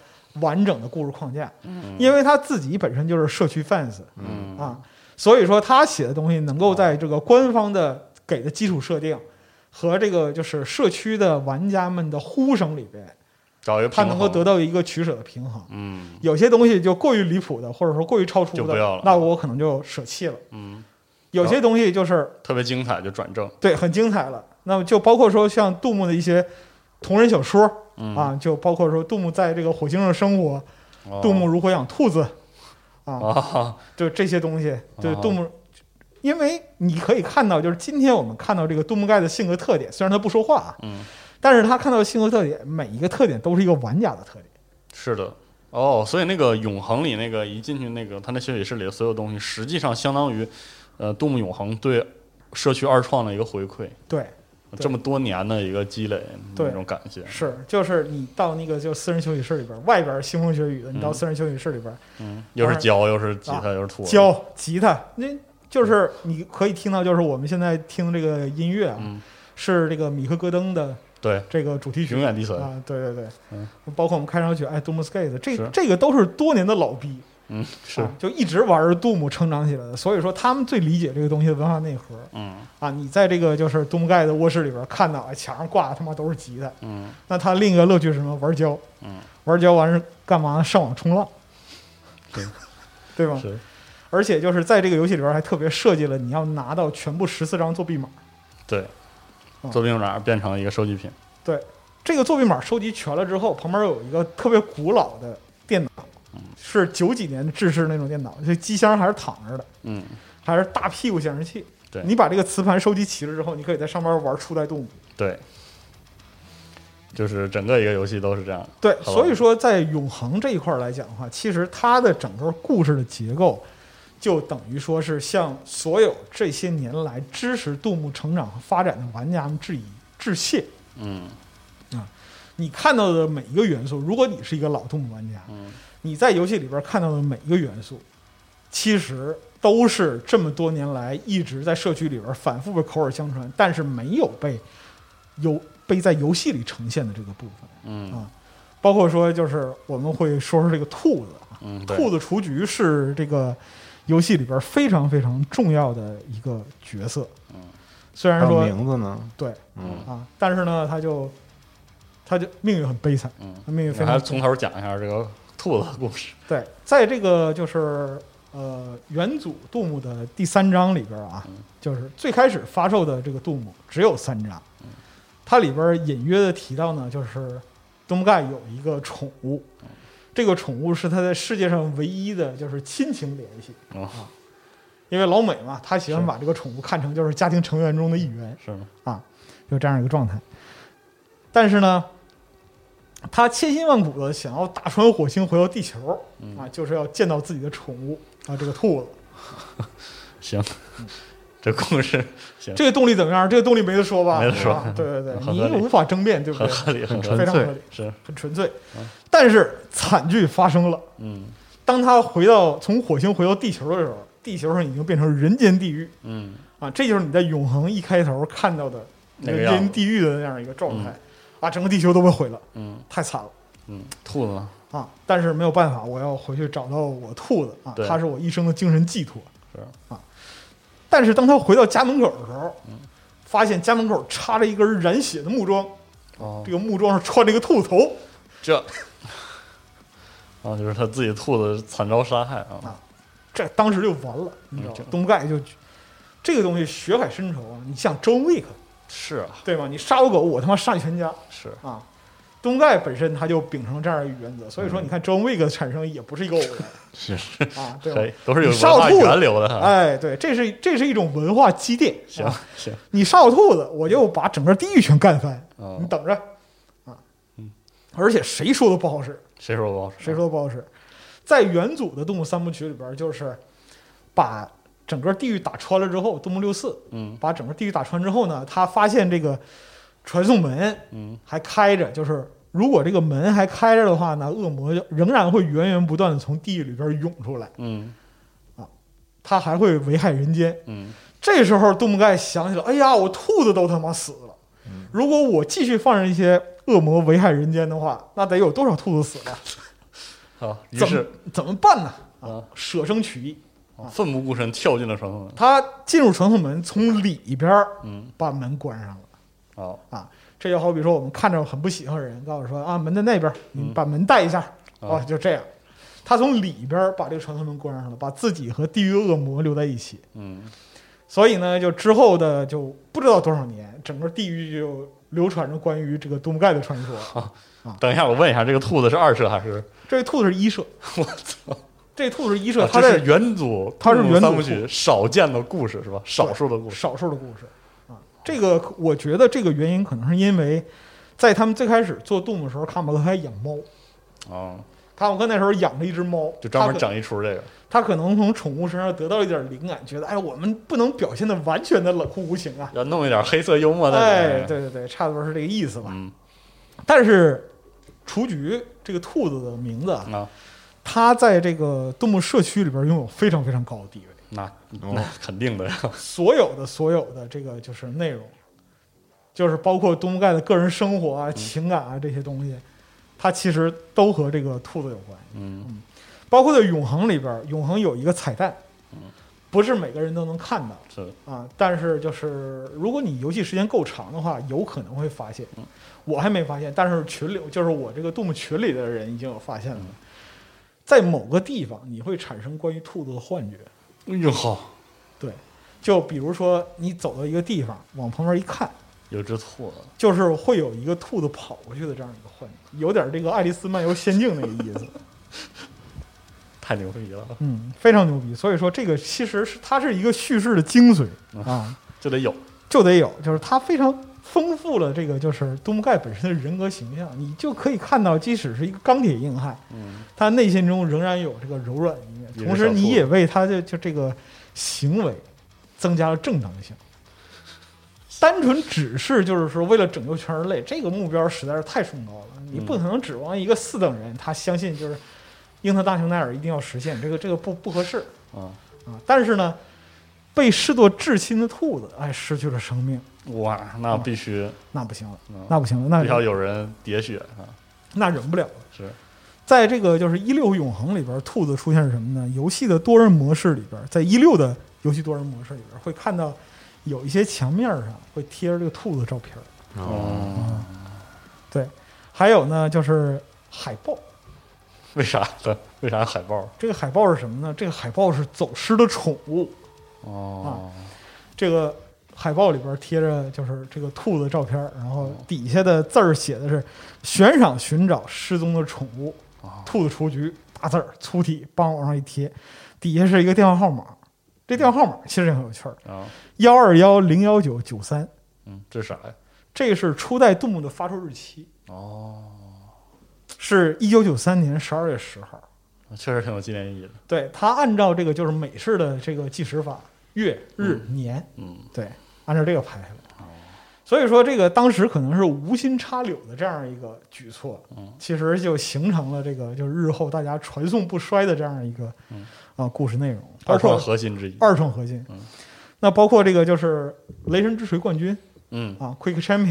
Speaker 3: 完整的故事框架，因为他自己本身就是社区 fans
Speaker 4: 嗯
Speaker 3: 啊，所以说他写的东西能
Speaker 4: 哦
Speaker 3: 够在这个官方的给的基础设定和这个就是社区的玩家们的呼声里边，
Speaker 4: 找一个
Speaker 3: 他
Speaker 4: 平
Speaker 3: 能
Speaker 4: 衡
Speaker 3: 够得到一个取舍的平衡。
Speaker 4: 嗯
Speaker 3: 有些东西就过于离谱的，或者说过于超出
Speaker 4: 就不要
Speaker 3: 的，
Speaker 4: 了
Speaker 3: 那我可能就舍弃了。
Speaker 4: 嗯，
Speaker 3: 有些东西就是
Speaker 4: 特别精彩就转正，
Speaker 3: 对，很精彩了。那么就包括说像杜牧的一些同人小说、
Speaker 4: 嗯
Speaker 3: 啊，就包括说杜牧在这个火星上生活，
Speaker 4: 哦
Speaker 3: 杜牧如何养兔子
Speaker 4: 啊，
Speaker 3: 就这些东西，对
Speaker 4: 啊
Speaker 3: 杜牧，因为你可以看到，就是今天我们看到这个杜牧盖的性格特点，虽然他不说话啊，
Speaker 4: 嗯，
Speaker 3: 但是他看到的性格特点，每一个特点都是一个玩家的特点。
Speaker 4: 是的。哦，所以那个永恒里那个一进去那个他那休息室里的所有东西，实际上相当于，呃，杜牧永恒对社区二创的一个回馈，
Speaker 3: 对，对
Speaker 4: 这么多年的一个积累，
Speaker 3: 对
Speaker 4: 那种感谢。
Speaker 3: 是，就是你到那个就私人休息室里边儿，外边儿腥风血雨的，你到
Speaker 4: 嗯
Speaker 3: 私人休息室里边儿，
Speaker 4: 嗯，又是教，又是吉他，又是土。
Speaker 3: 啊教吉他，那就是你可以听到，就是我们现在听这个音乐啊，
Speaker 4: 嗯
Speaker 3: 是这个米克戈登的
Speaker 4: 对，
Speaker 3: 这个主题曲
Speaker 4: 永远低沉。
Speaker 3: 啊，对对对，
Speaker 4: 嗯
Speaker 3: 包括我们开场曲《哎 Doom Skate》，这
Speaker 4: 是
Speaker 3: 这个都是多年的老逼，
Speaker 4: 嗯，是
Speaker 3: 啊，就一直玩儿 Doom 成长起来的，所以说他们最理解这个东西的文化内核
Speaker 4: 嗯
Speaker 3: 啊。你在这个就是 Doom Guy 的卧室里边儿看到，哎，墙上挂的他妈都是吉他，
Speaker 4: 嗯
Speaker 3: 那他另一个乐趣是什么？玩胶，
Speaker 4: 嗯，
Speaker 3: 玩胶完是干嘛？上网冲浪，
Speaker 4: 对
Speaker 3: 对吧？
Speaker 4: 是，
Speaker 3: 而且就是在这个游戏里边还特别设计了，你要拿到全部十四张作弊码，
Speaker 4: 对
Speaker 3: 啊，
Speaker 4: 作病哪变成一个收集品？
Speaker 3: 这个作弊码收集全了之后，旁边有一个特别古老的电脑，
Speaker 4: 嗯
Speaker 3: 是九几年制式那种电脑，这机箱还是躺着的，
Speaker 4: 嗯，
Speaker 3: 还是大屁股显示器。
Speaker 4: 对
Speaker 3: 你把这个磁盘收集齐了之后，你可以在上面玩初代动物。
Speaker 4: 对，就是整个一个游戏都是这样的。
Speaker 3: 对，
Speaker 4: 好吧
Speaker 3: 所以说在永恒这一块儿来讲的话，其实它的整个故事的结构，就等于说是向所有这些年来支持杜牧成长和发展的玩家们致以致谢。
Speaker 4: 嗯
Speaker 3: 你看到的每一个元素，如果你是一个老动物玩家，
Speaker 4: 嗯
Speaker 3: 你在游戏里边看到的每一个元素，其实都是这么多年来一直在社区里边反复被口耳相传，但是没有被游被在游戏里呈现的这个部分。
Speaker 4: 嗯
Speaker 3: 包括说，就是我们会说说这个兔子啊，
Speaker 4: 嗯，对
Speaker 3: 兔子雏菊是这个游戏里边非常非常重要的一个角色。
Speaker 4: 嗯，
Speaker 3: 虽然
Speaker 5: 还有
Speaker 3: 说
Speaker 5: 名字呢，
Speaker 3: 对
Speaker 5: 嗯，
Speaker 3: 啊，但是呢，他就他就命运很悲惨，
Speaker 4: 嗯，
Speaker 3: 他命运非
Speaker 4: 我还
Speaker 3: 常
Speaker 4: 是从头讲一下这个兔子的故事。
Speaker 3: 对，在这个就是呃元祖杜牧的第三章里边啊，就是最开始发售的这个杜牧只有三章，它里边隐约的提到呢，就是杜牧盖有一个宠物，这个宠物是他在世界上唯一的就是亲情联系，啊
Speaker 4: 哦，
Speaker 3: 因为老美嘛，他喜欢把这个宠物看成就是家庭成员中的一员。
Speaker 4: 是吗？
Speaker 3: 就这样一个状态。但是呢，他千辛万苦的想要打穿火星回到地球
Speaker 4: 嗯
Speaker 3: 啊，就是要见到自己的宠物啊，这个兔子。
Speaker 4: 行，
Speaker 3: 嗯
Speaker 4: 这故事行，
Speaker 3: 这个动力怎么样？这个动力没得说吧？
Speaker 4: 没得说
Speaker 3: 啊对对对，
Speaker 4: 很
Speaker 3: 你
Speaker 4: 合理
Speaker 3: 无法争辩，对不
Speaker 4: 很
Speaker 3: 对？
Speaker 4: 合理，很合
Speaker 3: 非
Speaker 4: 嗯理。
Speaker 3: 常合理，
Speaker 4: 是，
Speaker 3: 很纯粹。但是惨剧发生了，
Speaker 4: 嗯
Speaker 3: 当他回到从火星回到地球的时候，地球上已经变成人间地狱
Speaker 4: 嗯
Speaker 3: 啊！这就是你在永恒一开头看到的
Speaker 4: 那个
Speaker 3: 人
Speaker 4: 样子
Speaker 3: 间地狱的那样一个状态啊！整个地球都被毁了，
Speaker 4: 嗯
Speaker 3: 太惨了。
Speaker 4: 嗯，兔子呢
Speaker 3: 啊，但是没有办法，我要回去找到我兔子啊
Speaker 4: 对，
Speaker 3: 它是我一生的精神寄托。啊
Speaker 4: 是，
Speaker 3: 但是当他回到家门口的时候，发现家门口插着一根染血的木桩，
Speaker 4: 哦
Speaker 3: 这，个木桩上穿着一个兔头
Speaker 4: 这， 啊，就是他自己兔子惨遭杀害啊
Speaker 3: 啊，这当时就完了，你知道
Speaker 4: 嗯这
Speaker 3: 吗？东盖就这个东西血海深仇啊！你像 John Wick
Speaker 4: 是啊，
Speaker 3: 对吗？你杀我狗，我他妈杀你全家
Speaker 4: 是，
Speaker 3: 啊！东盖本身他就秉承这样一个原则，所以
Speaker 4: 嗯
Speaker 3: 说你看 John Wick 的产生也不是一个偶 然
Speaker 5: 是
Speaker 3: 啊，对吧
Speaker 4: 可？以，都是有
Speaker 3: 你杀
Speaker 4: 文
Speaker 3: 我
Speaker 4: 化
Speaker 3: 兔子
Speaker 4: 源流的啊。
Speaker 3: 哎，对，这是这是一种文化积淀。
Speaker 4: 行
Speaker 3: 啊
Speaker 4: 行，
Speaker 3: 你杀我兔子，我就把整个地狱全干翻。
Speaker 4: 哦嗯
Speaker 3: 你等着啊！而且谁说都不好使，
Speaker 4: 谁说不好使？
Speaker 3: 谁说都不好使。在元祖的动物三部曲里边，就是把整个地狱打穿了之后，动物六四
Speaker 4: 嗯
Speaker 3: 把整个地狱打穿之后呢，他发现这个传送门
Speaker 4: 嗯
Speaker 3: 还开着，就是如果这个门还开着的话呢，恶魔就仍然会源源不断的从地狱里边涌出来，
Speaker 4: 嗯
Speaker 3: 他还会危害人间。
Speaker 4: 嗯
Speaker 3: 这时候杜牧盖想起了，哎呀，我兔子都他妈死了，如果我继续放任一些恶魔危害人间的话，那得有多少兔子死了？
Speaker 4: 好，于
Speaker 3: 怎么
Speaker 4: 是
Speaker 3: 怎么办呢？
Speaker 4: 啊，
Speaker 3: 舍生取义，
Speaker 4: 奋不顾身跳进了传送门。
Speaker 3: 他进入传送门，从里边儿
Speaker 4: 嗯，
Speaker 3: 把门关上了
Speaker 4: 好
Speaker 3: 啊。这就好比说，我们看着很不喜欢的人，告诉说啊，门在那边儿，你
Speaker 4: 嗯
Speaker 3: 把门带一下
Speaker 4: 啊
Speaker 3: 啊，就这样。他从里边儿把这个传送门关上了，把自己和地狱恶魔留在一起。
Speaker 4: 嗯
Speaker 3: 所以呢，就之后的就不知道多少年，整个地狱就流传着关于这个杜牧盖的传说。
Speaker 4: 等一下，我问一下，这个兔子是二射还是？
Speaker 3: 这位兔子是一社，
Speaker 4: 我操！
Speaker 3: 这兔子一社，
Speaker 4: 啊
Speaker 3: 它
Speaker 4: 这
Speaker 3: 在
Speaker 4: 是元祖，
Speaker 3: 它是
Speaker 4: 杜
Speaker 3: 元
Speaker 4: 鲁三
Speaker 3: 祖
Speaker 4: 部
Speaker 3: 兔
Speaker 4: 曲少见的故事是吧？少数的故事，
Speaker 3: 少数的故事啊。这个我觉得这个原因可能是因为，在他们最开始做动物的时候，卡姆克还养猫，
Speaker 4: 啊，
Speaker 3: 卡姆克那时候养了一只猫，
Speaker 4: 就专
Speaker 3: 他
Speaker 4: 门
Speaker 3: 可
Speaker 4: 整一出这个，
Speaker 3: 他可能从宠物身上得到一点灵感，觉得哎，我们不能表现的完全的冷酷无情啊。
Speaker 4: 要弄一点黑色幽默在里
Speaker 3: 哎，
Speaker 4: 面，
Speaker 3: 对对对，差不多是这个意思吧。
Speaker 4: 嗯
Speaker 3: 但是，雏菊这个兔子的名字啊，
Speaker 4: 啊，
Speaker 3: 它在这个动物社区里边拥有非常非常高的地位。
Speaker 4: 那
Speaker 3: 哦
Speaker 4: 那肯定的呀，
Speaker 3: 所有的所有的这个就是内容，就是包括东木盖的个人生活啊、情感啊这些东西，它其实都和这个兔子有关。
Speaker 4: 嗯
Speaker 3: 包括在永恒里边，永恒有一个彩蛋，不是每个人都能看到。
Speaker 4: 是的
Speaker 3: 啊，但是就是如果你游戏时间够长的话，有可能会发现。我还没发现，但是群里就是我这个动物群里的人已经有发现了，在某个地方你会产生关于兔子的幻觉。
Speaker 4: 哎呦好，
Speaker 3: 对，就比如说你走到一个地方，往旁边一看，
Speaker 4: 有只兔子，
Speaker 3: 就是会有一个兔子跑过去的这样一个幻觉，有点这个《爱丽丝漫游仙境》那个意思。
Speaker 4: 太牛逼了，
Speaker 3: 嗯，非常牛逼。所以说这个其实是它是一个叙事的精髓啊。
Speaker 4: 就得有，
Speaker 3: 就得有，就是它非常丰富了这个就是杜牧盖本身的人格形象，你就可以看到，即使是一个钢铁硬汉，
Speaker 4: 嗯，
Speaker 3: 他内心中仍然有这个柔软的一面，
Speaker 4: 也是
Speaker 3: 同时你也为他的就这个行为增加了正当性。单纯只是就是说为了拯救全人类，这个目标实在是太崇高了，你不可能指望一个四等人他相信就是英特大熊奈尔一定要实现这个这个不不合适
Speaker 4: 啊，
Speaker 3: 啊。但是呢，被视作至亲的兔子，哎，失去了生命。
Speaker 4: 哇，那必须
Speaker 3: 那不行了
Speaker 4: 嗯，
Speaker 3: 那不行了，那
Speaker 4: 必须要有人喋血啊，
Speaker 3: 那忍不了了。
Speaker 4: 是，
Speaker 3: 在这个就是一六永恒里边，兔子出现是什么呢？游戏的多人模式里边，在一六的游戏多人模式里边，会看到有一些墙面上会贴着这个兔子照片儿。哦
Speaker 4: 嗯，
Speaker 3: 对，还有呢就是海报。
Speaker 4: 为啥？ 为啥海报？
Speaker 3: 这个海报是什么呢？这个海报是走失的宠物。
Speaker 4: 哦，
Speaker 3: 这个海报里边贴着就是这个兔子照片儿，然后底下的字儿写的是“悬赏寻找失踪的宠物
Speaker 4: 哦，
Speaker 3: 兔子雏菊”，大字儿粗体，帮往上一贴，底下是一个电话号码。这电话号码其实也很有趣儿，
Speaker 4: 啊，
Speaker 3: 幺二幺零幺九九三，
Speaker 4: 嗯，这是啥呀？
Speaker 3: 这是初代动物的发售日期，
Speaker 4: 哦，
Speaker 3: 是一九九三年十二月十号。
Speaker 4: 确实挺有纪念意义的，
Speaker 3: 对，它按照这个就是美式的这个计时法，月、日、年，
Speaker 4: 嗯，
Speaker 3: 对，按照这个排下来。所以说，这个当时可能是无心插柳的这样一个举措，其实就形成了这个就是日后大家传颂不衰的这样一个啊、故事内容，包
Speaker 4: 二创
Speaker 3: 括
Speaker 4: 核心之一，
Speaker 3: 二创核心。那包括这个就是《雷神之锤》冠军
Speaker 4: 嗯，
Speaker 3: 啊，《Quick Champion》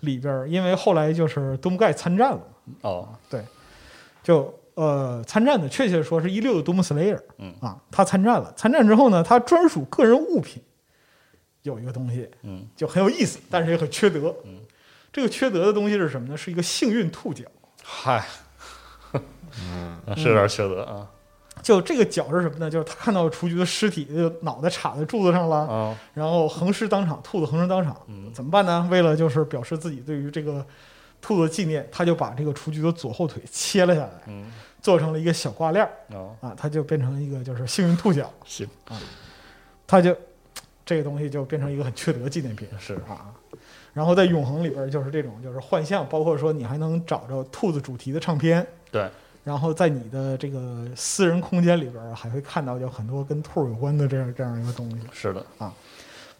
Speaker 3: 里边儿，因为后来就是东盖参战了，
Speaker 4: 哦，
Speaker 3: 对，就呃参战的，确切说是一六的 Doom Slayer，
Speaker 4: 嗯
Speaker 3: 啊，他参战了，参战之后呢，他专属个人物品有一个东西，
Speaker 4: 嗯，
Speaker 3: 就很有意思，但是也很缺德，嗯，这个缺德的东西是什么呢？是一个幸运兔角，
Speaker 4: 嗨，嗯，是有点缺德啊，
Speaker 3: 就这个角是什么呢？就是他看到雏菊的尸体，就脑袋插在柱子上了，
Speaker 4: 啊，
Speaker 3: 然后横尸当场，兔子横尸当场，
Speaker 4: 嗯
Speaker 3: 怎么办呢？为了就是表示自己对于这个兔子的纪念，他就把这个雏菊的左后腿切了下来，
Speaker 4: 嗯，
Speaker 3: 做成了一个小挂链儿
Speaker 4: 哦，
Speaker 3: 啊，它就变成了一个就是幸运兔角，
Speaker 4: 行，
Speaker 3: 它就这个东西就变成一个很缺德的纪念品
Speaker 4: 是
Speaker 3: 啊。然后在永恒里边儿就是这种就是幻象，包括说你还能找着兔子主题的唱片，
Speaker 4: 对，
Speaker 3: 然后在你的这个私人空间里边儿还会看到有很多跟兔儿有关的这样这样一个东西。
Speaker 4: 是的，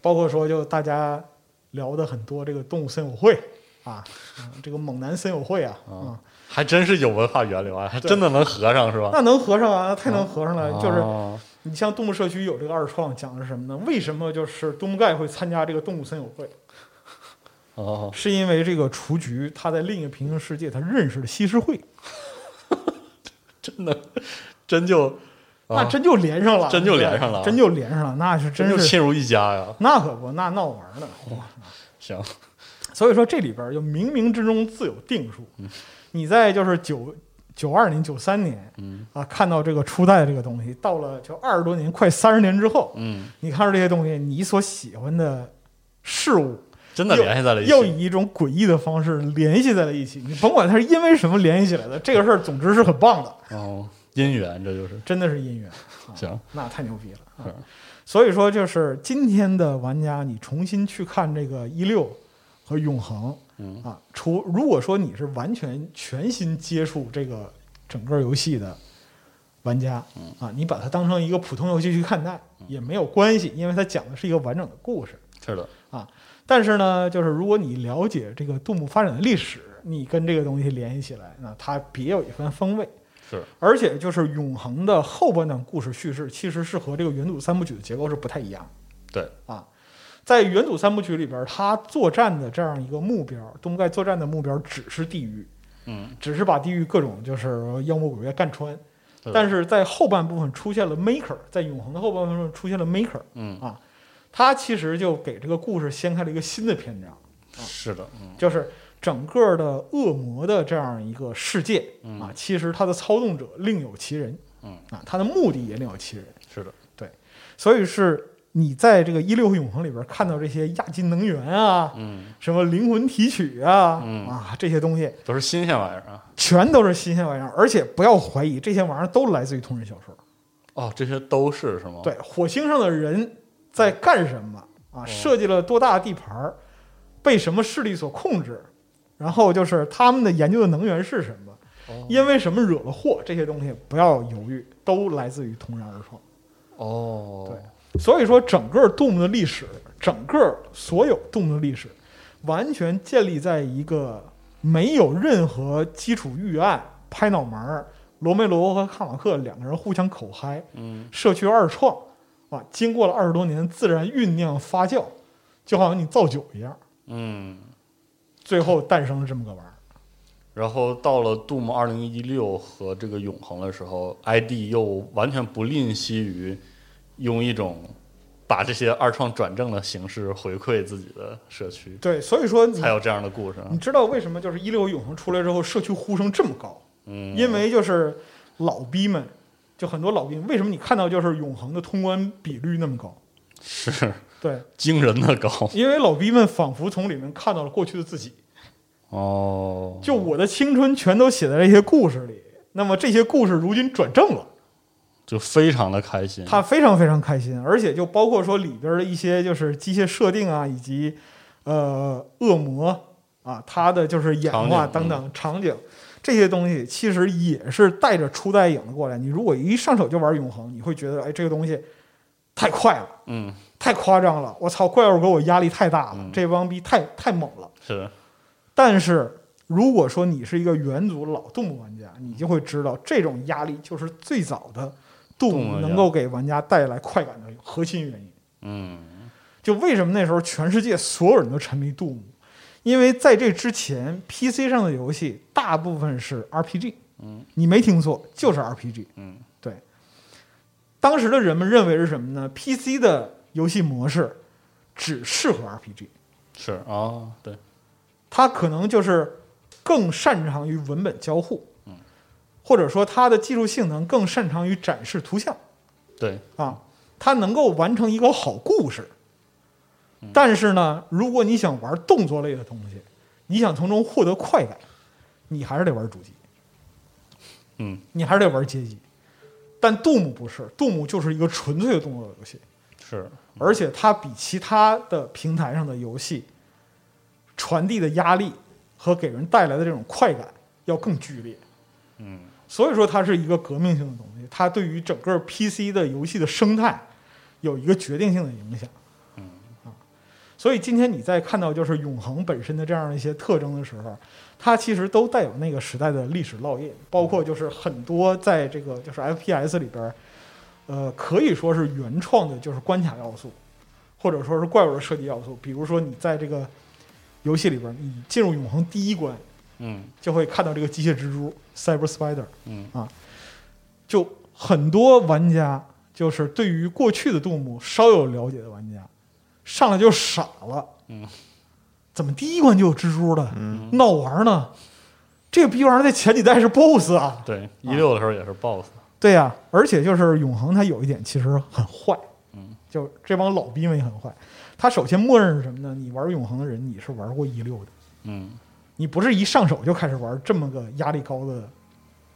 Speaker 3: 包括说就大家聊的很多这个动物森友会啊，嗯这个猛男森友会啊，啊、
Speaker 4: 还真是有文化源流啊，还真的能合上是吧？
Speaker 3: 那能合上啊，太能合上了。就是
Speaker 4: 哦
Speaker 3: 你像动物社区有这个二创，讲的是什么呢？为什么就是东盖会参加这个动物森友会？
Speaker 4: 哦，
Speaker 3: 是因为这个雏菊他在另一个平行世界他认识了西施惠，
Speaker 4: 真的，真就
Speaker 3: 那真就连上了，
Speaker 4: 啊真就连上了啊
Speaker 3: 真就连上了，那是
Speaker 4: 真
Speaker 3: 真
Speaker 4: 就是亲如一家呀，
Speaker 3: 那可不，那闹玩儿呢。
Speaker 4: 行，
Speaker 3: 所以说这里边儿就冥冥之中自有定数。你在就是九九二年、九三年，啊，看到这个初代这个东西，到了就二十多年、快三十年之后，
Speaker 4: 嗯，
Speaker 3: 你看到这些东西，你所喜欢的事物。
Speaker 4: 真的联系在了一
Speaker 3: 又
Speaker 4: 起，
Speaker 3: 以一种诡异的方式联系在了一起。你甭管它是因为什么联系起来的，这个事儿总之是很棒的。
Speaker 4: 哦，姻缘，这就是
Speaker 3: 真的是姻缘，
Speaker 4: 行，
Speaker 3: 那太牛逼了。啊
Speaker 4: 是
Speaker 3: 所以说，就是今天的玩家，你重新去看这个一六和永恒，
Speaker 4: 嗯
Speaker 3: 啊，除如果说你是完全全新接触这个整个游戏的玩家，
Speaker 4: 嗯
Speaker 3: 啊，你把它当成一个普通游戏去看待也没有关系，因为它讲的是一个完整的故事。
Speaker 4: 是的，
Speaker 3: 但是呢，就是如果你了解这个杜牧发展的历史，你跟这个东西联系起来，那它别有一番风味。
Speaker 4: 是，
Speaker 3: 而且就是永恒的后半段故事叙事，其实是和这个原祖三部曲的结构是不太一样
Speaker 4: 对，
Speaker 3: 的啊。在原祖三部曲里边，他作战的这样一个目标，东盖作战的目标只是地狱，
Speaker 4: 嗯，
Speaker 3: 只是把地狱各种就是妖魔鬼怪干穿。
Speaker 4: 对
Speaker 3: 但是在后半部分出现了 Maker，在永恒的后半部分出现了 Maker，
Speaker 4: 嗯，
Speaker 3: 他其实就给这个故事掀开了一个新的篇章。
Speaker 4: 是的，嗯，
Speaker 3: 就是整个的恶魔的这样一个世界啊，其实它的操纵者另有其人，
Speaker 4: 嗯
Speaker 3: 啊，它的目的也另有其人，
Speaker 4: 是的，
Speaker 3: 所以是你在这个一六永恒里边看到这些亚金能源啊，
Speaker 4: 嗯，
Speaker 3: 什么灵魂提取啊，
Speaker 4: 嗯
Speaker 3: 啊这些东西
Speaker 4: 都是新鲜玩意儿啊。
Speaker 3: 全都是新鲜玩意儿，而且不要怀疑这些玩意儿都来自于同人小说，
Speaker 4: 哦，这些都是是吗？，
Speaker 3: 对，火星上的人在干什么啊？设计了多大的地盘儿，被什么势力所控制，然后就是他们的研究的能源是什么，因为什么惹了祸，这些东西不要犹豫，都来自于同人而创。
Speaker 4: 哦，
Speaker 3: 对所以说，整个 Doom 的历史，整个所有 Doom 的历史，完全建立在一个没有任何基础预案、拍脑门儿。罗梅罗和卡马克两个人互相口嗨，
Speaker 4: 嗯，
Speaker 3: 社区二创啊，经过了二十多年自然酝酿发酵，就好像你造酒一样，
Speaker 4: 嗯，
Speaker 3: 最后诞生了这么个玩意儿。
Speaker 4: 然后到了 Doom 二零一六和这个永恒的时候，ID 又完全不吝惜于用一种把这些二创转正的形式回馈自己的社区，
Speaker 3: 对，所以说你
Speaker 4: 才有这样的故事啊。
Speaker 3: 你知道为什么就是一六永恒出来之后，社区呼声这么高？
Speaker 4: 嗯，
Speaker 3: 因为就是老逼们，就很多老逼们，为什么你看到就是永恒的通关比率那么高？
Speaker 4: 是
Speaker 3: 对，
Speaker 4: 惊人的高
Speaker 3: 因为老逼们仿佛从里面看到了过去的自己，
Speaker 4: 哦，
Speaker 3: 就我的青春全都写在这些故事里。那么这些故事如今转正了。
Speaker 4: 就非常的开心。
Speaker 3: 他非常非常开心，而且就包括说里边的一些就是机械设定啊，以及呃恶魔啊，他的就是演化
Speaker 4: 场景嗯
Speaker 3: 等等场景这些东西，其实也是带着初代影的过来。你如果一上手就玩永恒，你会觉得哎这个东西太快了，
Speaker 4: 嗯，
Speaker 3: 太夸张了，我操，怪物给我压力太大了，
Speaker 4: 嗯
Speaker 3: 这帮逼太太猛了。
Speaker 4: 是
Speaker 3: 但是如果说你是一个元祖老动物玩家，你就会知道这种压力就是最早的
Speaker 4: 动
Speaker 3: 动
Speaker 4: 物
Speaker 3: 物
Speaker 4: 玩家
Speaker 3: 能够给玩家带来快感的核心原因。
Speaker 4: 嗯
Speaker 3: 就为什么那时候全世界所有人都沉迷 Doom，因为在这之前 PC 上的游戏大部分是 RPG，
Speaker 4: 嗯，
Speaker 3: 你没听错，就是 RPG。
Speaker 4: 嗯，
Speaker 3: 对。当时的人们认为是什么呢？PC 的游戏模式只适合 RPG，
Speaker 4: 是啊、哦，对，
Speaker 3: 他可能就是更擅长于文本交互，或者说他的技术性能更擅长于展示图像
Speaker 4: 对，
Speaker 3: 啊，他能够完成一个好故事。但是呢，如果你想玩动作类的东西，你想从中获得快感，你还是得玩主机，
Speaker 4: 嗯，
Speaker 3: 你还是得玩街机。但杜牧不是，杜牧就是一个纯粹的动作游戏，
Speaker 4: 是，
Speaker 3: 而且它比其他的平台上的游戏传递的压力和给人带来的这种快感要更剧烈。
Speaker 4: 嗯，
Speaker 3: 所以说它是一个革命性的东西，它对于整个 PC 的游戏的生态有一个决定性的影响。嗯啊，所以今天你在看到就是永恒本身的这样一些特征的时候，它其实都带有那个时代的历史烙印，包括就是很多在这个就是 FPS 里边儿，呃，可以说是原创的，就是关卡要素，或者说是怪物的设计要素。比如说你在这个游戏里边儿，你进入永恒第一关，
Speaker 4: 嗯
Speaker 3: 就会看到这个机械蜘蛛 Cyber Spider，啊
Speaker 4: 嗯
Speaker 3: 就很多玩家就是对于过去的杜牧稍有了解的玩家，上来就傻了，
Speaker 4: 嗯，
Speaker 3: 怎么第一关就有蜘蛛了？
Speaker 5: 嗯
Speaker 3: 闹玩呢？这个逼玩意儿在前几代是 BOSS 啊，
Speaker 4: 对，一六的时候也是 BOSS，
Speaker 3: 对呀、而且就是永恒，它有一点其实很坏，
Speaker 4: 嗯，
Speaker 3: 就这帮老逼们也很坏。他首先默认是什么呢？你玩永恒的人，你是玩过一六的，
Speaker 4: 嗯
Speaker 3: 你不是一上手就开始玩这么个压力高的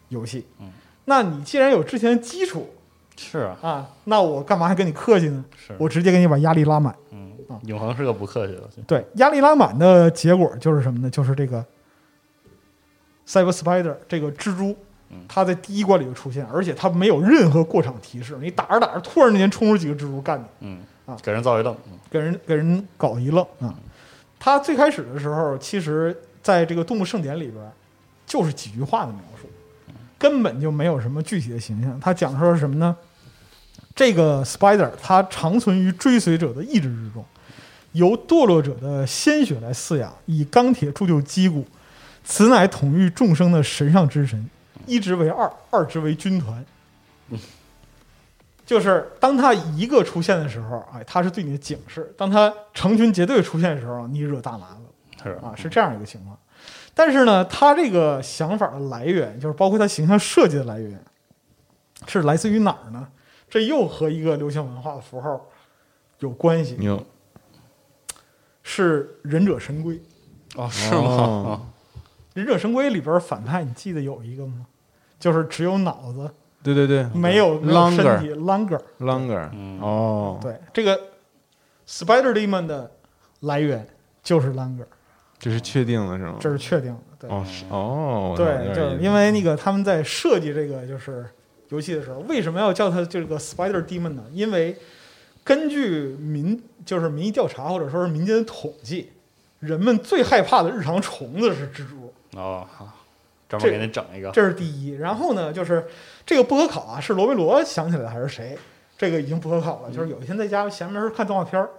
Speaker 3: 游戏，
Speaker 4: 嗯
Speaker 3: 那你既然有之前的基础
Speaker 4: 是啊，
Speaker 3: 啊，那我干嘛还跟你客气呢？
Speaker 4: 是
Speaker 3: 我直接给你把压力拉满。
Speaker 4: 嗯
Speaker 3: 啊，
Speaker 4: 永恒是个不客气的，
Speaker 3: 对，压力拉满的结果就是什么呢？就是这个 Cyber Spider 这个蜘蛛
Speaker 4: 嗯，
Speaker 3: 它在第一关里就出现，而且它没有任何过场提示，你打着打着，突然之间冲出几个蜘蛛干你，
Speaker 4: 嗯
Speaker 3: 啊，
Speaker 4: 给人造一愣，嗯
Speaker 3: 给人给人搞一愣啊！它最开始的时候，其实在这个《动物盛典》里边，就是几句话的描述，根本就没有什么具体的形象。它讲说什么呢？这个 Spider 它长存于追随者的意志之中，由堕落者的鲜血来饲养，以钢铁铸就肌骨，此乃统御众生的神上之神。一直为二，二直为军团。就是当他一个出现的时候，哎，他是对你的警示；当他成群结队出现的时候，你惹大麻烦
Speaker 4: 是
Speaker 3: 了啊，是这样一个情况。但是呢，他这个想法的来源，就是包括他形象设计的来源，是来自于哪儿呢？这又和一个流行文化的符号有关系，
Speaker 5: 牛
Speaker 3: 是忍者神龟。
Speaker 4: 哦，是
Speaker 5: 哦
Speaker 4: 吗？
Speaker 3: 忍者神龟里边反派，你记得有一个吗？就是只有脑子
Speaker 5: 对对对
Speaker 3: 没有没有身体 longer。
Speaker 5: ，longer，
Speaker 4: 嗯
Speaker 5: 哦，
Speaker 3: 对，啊这个 Spider Demon 的来源就是 Langer，
Speaker 5: 这是确定的是吗？
Speaker 3: 这是确定的。对、
Speaker 5: 哦是哦，
Speaker 3: 对，就是因
Speaker 5: 为
Speaker 3: 为那个他们在设计这个就是游戏的时候，为什么要叫它这个 Spider Demon 呢？因为根据民就是民意调查或者说是民间的统计，人们最害怕的日常虫子是蜘蛛，
Speaker 4: 嗯哦，好专
Speaker 3: 这
Speaker 4: 门给你整一个，
Speaker 3: 这是第一。然后呢，就是这个不可考啊，是罗梅罗想起来的还是谁？这个已经不可考了。
Speaker 4: 嗯
Speaker 3: 就是有一天在家闲没事儿看动画片儿，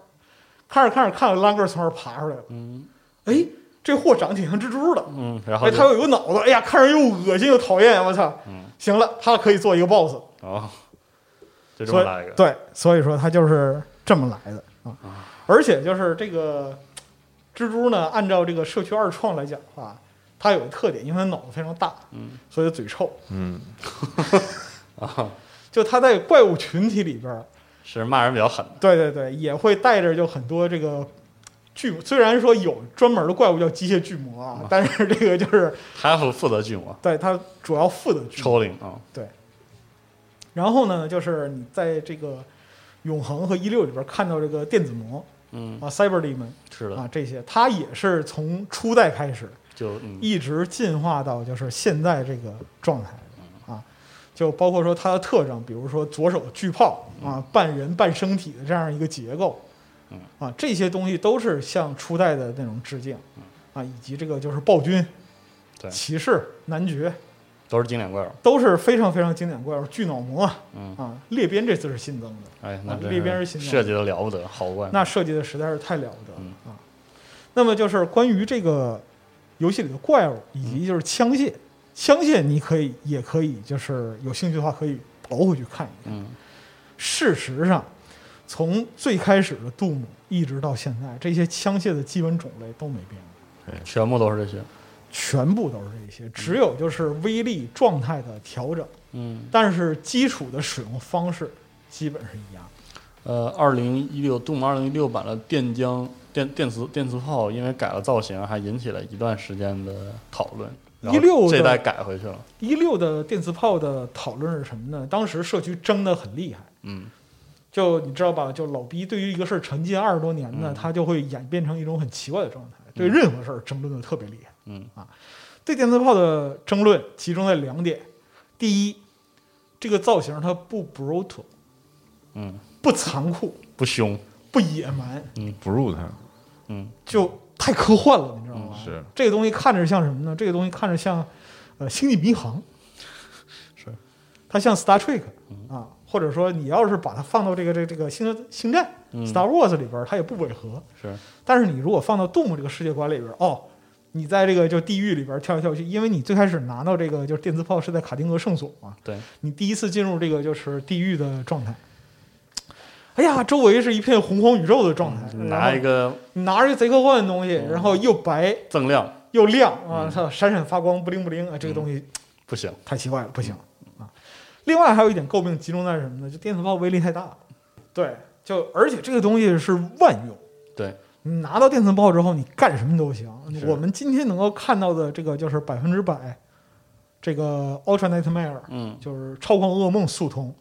Speaker 3: 看着看着看着 Langer 从那儿爬出来了。
Speaker 4: 嗯
Speaker 3: 哎，这货长得挺像蜘蛛的，
Speaker 4: 嗯，然后
Speaker 3: 哎，
Speaker 4: 就
Speaker 3: 它又有个脑子，哎呀，看着又恶心又讨厌，我操！
Speaker 4: 嗯
Speaker 3: 行了，它可以做一个 boss，
Speaker 4: 哦，就这
Speaker 3: 所
Speaker 4: 么
Speaker 3: 以
Speaker 4: 来一个，
Speaker 3: 对，所以说它就是这么来的啊。而且就是这个蜘蛛呢，按照这个社区二创来讲的话，它有个特点，因为它脑子非常大，
Speaker 4: 嗯，啊
Speaker 3: 所以嘴臭。
Speaker 5: 嗯
Speaker 3: 就它在怪物群体里边儿，
Speaker 4: 是骂人比较狠的，
Speaker 3: 对对对，也会带着就很多这个巨，虽然说有专门的怪物叫机械巨魔啊，但是这个就是
Speaker 4: 他负负责巨魔
Speaker 3: 对它主要负责巨魔
Speaker 4: 抽领啊，
Speaker 3: 然后呢，就是你在这个永恒和一六里边看到这个电子魔
Speaker 4: 嗯，
Speaker 3: 啊，Cyber Demon
Speaker 4: 是的，
Speaker 3: 啊，这些，它也是从初代开始
Speaker 4: 就嗯
Speaker 3: 一直进化到就是现在这个状态的
Speaker 4: 嗯
Speaker 3: 啊，就包括说它的特征，比如说左手巨炮啊，半人半生体的这样一个结构
Speaker 4: 嗯，
Speaker 3: 啊，这些东西都是向初代的那种致敬啊，以及这个就是暴君
Speaker 4: 嗯对、
Speaker 3: 骑士、男爵
Speaker 4: 都是经典怪物，
Speaker 3: 都是非常非常经典怪物，巨脑魔
Speaker 4: 嗯，
Speaker 3: 啊，裂边这次是新增的。
Speaker 4: 哎，那
Speaker 3: 啊
Speaker 4: 真
Speaker 3: 这边是新的
Speaker 4: 设计的了不得，好怪，
Speaker 3: 那设计的实在是太了不得了、啊！
Speaker 4: 嗯
Speaker 3: 那么就是关于这个游戏里的怪物以及就是枪械，
Speaker 4: 嗯
Speaker 3: 枪械你可以也可以就是有兴趣的话可以刨回去看一看。
Speaker 4: 嗯
Speaker 3: 事实上，从最开始的杜姆一直到现在，这些枪械的基本种类都没变过，
Speaker 4: 全部都是这些，
Speaker 3: 全部都是这些，只有就是威力状态的调整，
Speaker 4: 嗯，
Speaker 3: 但是基础的使用方式基本是一样的。
Speaker 4: 呃，二零一六杜姆二零一六版的电浆电电磁电磁炮，因为改了造型，还引起了一段时间的讨论。然后
Speaker 3: 16
Speaker 4: 这
Speaker 3: 的
Speaker 4: 代改回去了，
Speaker 3: 一六的电磁炮的讨论是什么呢？当时社区争得很厉害，
Speaker 4: 嗯，
Speaker 3: 就你知道吧？就老逼对于一个事儿沉浸二十多年呢，
Speaker 4: 嗯
Speaker 3: 他就会演变成一种很奇怪的状态，对任何事儿争论的特别厉害。
Speaker 4: 嗯
Speaker 3: 啊，对电磁炮的争论集中在两点：第一，这个造型它不 brutal，
Speaker 4: 嗯，
Speaker 3: 不残酷，
Speaker 4: 不凶，
Speaker 3: 不野蛮，
Speaker 5: 不入它
Speaker 4: 嗯，
Speaker 3: 就太科幻了，你知道
Speaker 4: 哦
Speaker 3: 吗？
Speaker 5: 嗯是
Speaker 3: 这个东西看着像什么呢？这个东西看着像，呃，《星际迷航》
Speaker 4: 是，
Speaker 3: 它像 Star Trek 啊，或者说你要是把它放到这个这个这个星星战
Speaker 4: 嗯
Speaker 3: Star Wars 里边儿，它也不违和。
Speaker 4: 是，
Speaker 3: 但是你如果放到 Doom 这个世界观里边儿，哦，你在这个就地狱里边儿跳来跳去，因为你最开始拿到这个就是电磁炮是在卡丁格圣所嘛，
Speaker 4: 对，
Speaker 3: 你第一次进入这个就是地狱的状态。哎呀，周围是一片洪荒宇宙的状态，然后
Speaker 4: 嗯拿一个嗯
Speaker 3: 你拿着一个贼科幻的东西，然后又白
Speaker 4: 锃亮
Speaker 3: 又亮啊，它闪闪发光，不灵不灵啊，这个东西
Speaker 4: 不行，
Speaker 3: 太奇怪了，不行啊。另外还有一点诟病集中在什么呢？就电磁炮威力太大了，对，就而且这个东西是万用，
Speaker 4: 对，
Speaker 3: 你拿到电磁炮之后，你干什么都行
Speaker 4: 是。
Speaker 3: 我们今天能够看到的这个就是百分之百这个 Ultra Nightmare，
Speaker 4: 嗯
Speaker 3: 就是超狂噩梦速通，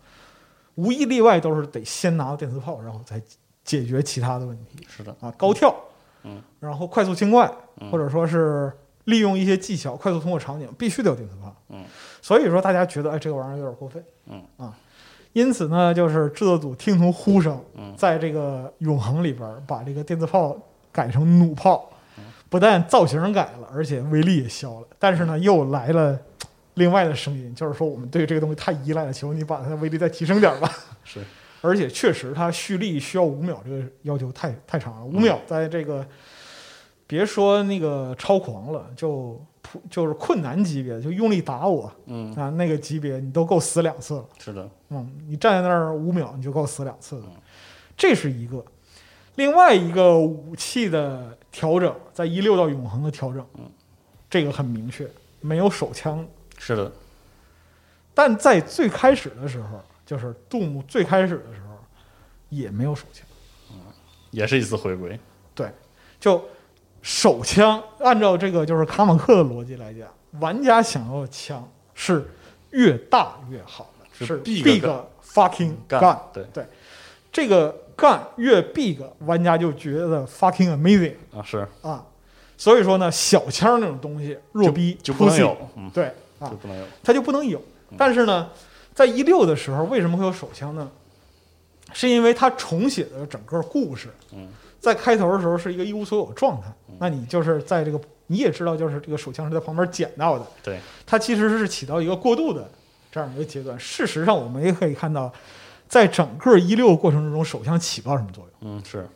Speaker 3: 无一例外都是得先拿到电磁炮，然后再解决其他的问题
Speaker 4: 是的，
Speaker 3: 啊，高跳，
Speaker 4: 嗯，
Speaker 3: 然后快速清怪，
Speaker 4: 嗯
Speaker 3: 或者说是利用一些技巧快速通过场景，必须得有电磁炮，
Speaker 4: 嗯，
Speaker 3: 所以说大家觉得哎这个玩意儿有点过分，
Speaker 4: 嗯
Speaker 3: 啊，因此呢，就是制作组听从呼声，
Speaker 4: 嗯
Speaker 3: 在这个永恒里边儿把这个电磁炮改成弩炮，
Speaker 4: 嗯
Speaker 3: 不但造型改了，而且威力也消了。但是呢，
Speaker 4: 嗯
Speaker 3: 又来了另外的声音，就是说我们对这个东西太依赖了，求你把它的威力再提升点儿吧。
Speaker 4: 是，
Speaker 3: 而且确实它蓄力需要五秒，这个要求太太长了。五秒在这个别说那个超狂了，就普就是困难级别，就用力打我
Speaker 4: 嗯，
Speaker 3: 啊那个级别，你都够死两次了。
Speaker 4: 是的，
Speaker 3: 嗯，你站在那儿五秒，你就够死两次了，这是一个。另外一个武器的调整，在一六到永恒的调整，这个很明确，没有手枪。
Speaker 4: 是的，
Speaker 3: 但在最开始的时候，就是杜牧最开始的时候，也没有手枪。
Speaker 4: 也是一次回归。
Speaker 3: 对，就手枪，按照这个就是卡马克的逻辑来讲，玩家想要的枪是越大越好的，
Speaker 4: 是
Speaker 3: 是
Speaker 4: big
Speaker 3: big
Speaker 4: gun
Speaker 3: fucking
Speaker 4: gun，
Speaker 3: gun，
Speaker 4: 对
Speaker 3: 对，这个 gun 越 big，玩家就觉得 fucking amazing
Speaker 4: 啊，是
Speaker 3: 啊，所以说呢，小枪那种东西弱逼
Speaker 4: 就不能
Speaker 3: pussy，
Speaker 4: 有，嗯，
Speaker 3: 对啊
Speaker 4: 就，不能有，
Speaker 3: 它就不能有。但是呢，在一六的时候，为什么会有手枪呢？是因为它重写了整个故事。
Speaker 4: 嗯，
Speaker 3: 在开头的时候是一个一无所有的状态，那你就是在这个你也知道，就是这个手枪是在旁边捡到的，
Speaker 4: 对，
Speaker 3: 它其实是起到一个过渡的这样一个阶段。事实上，我们也可以看到，在整个一六过程中，手枪起不到什么作用。
Speaker 4: 嗯，是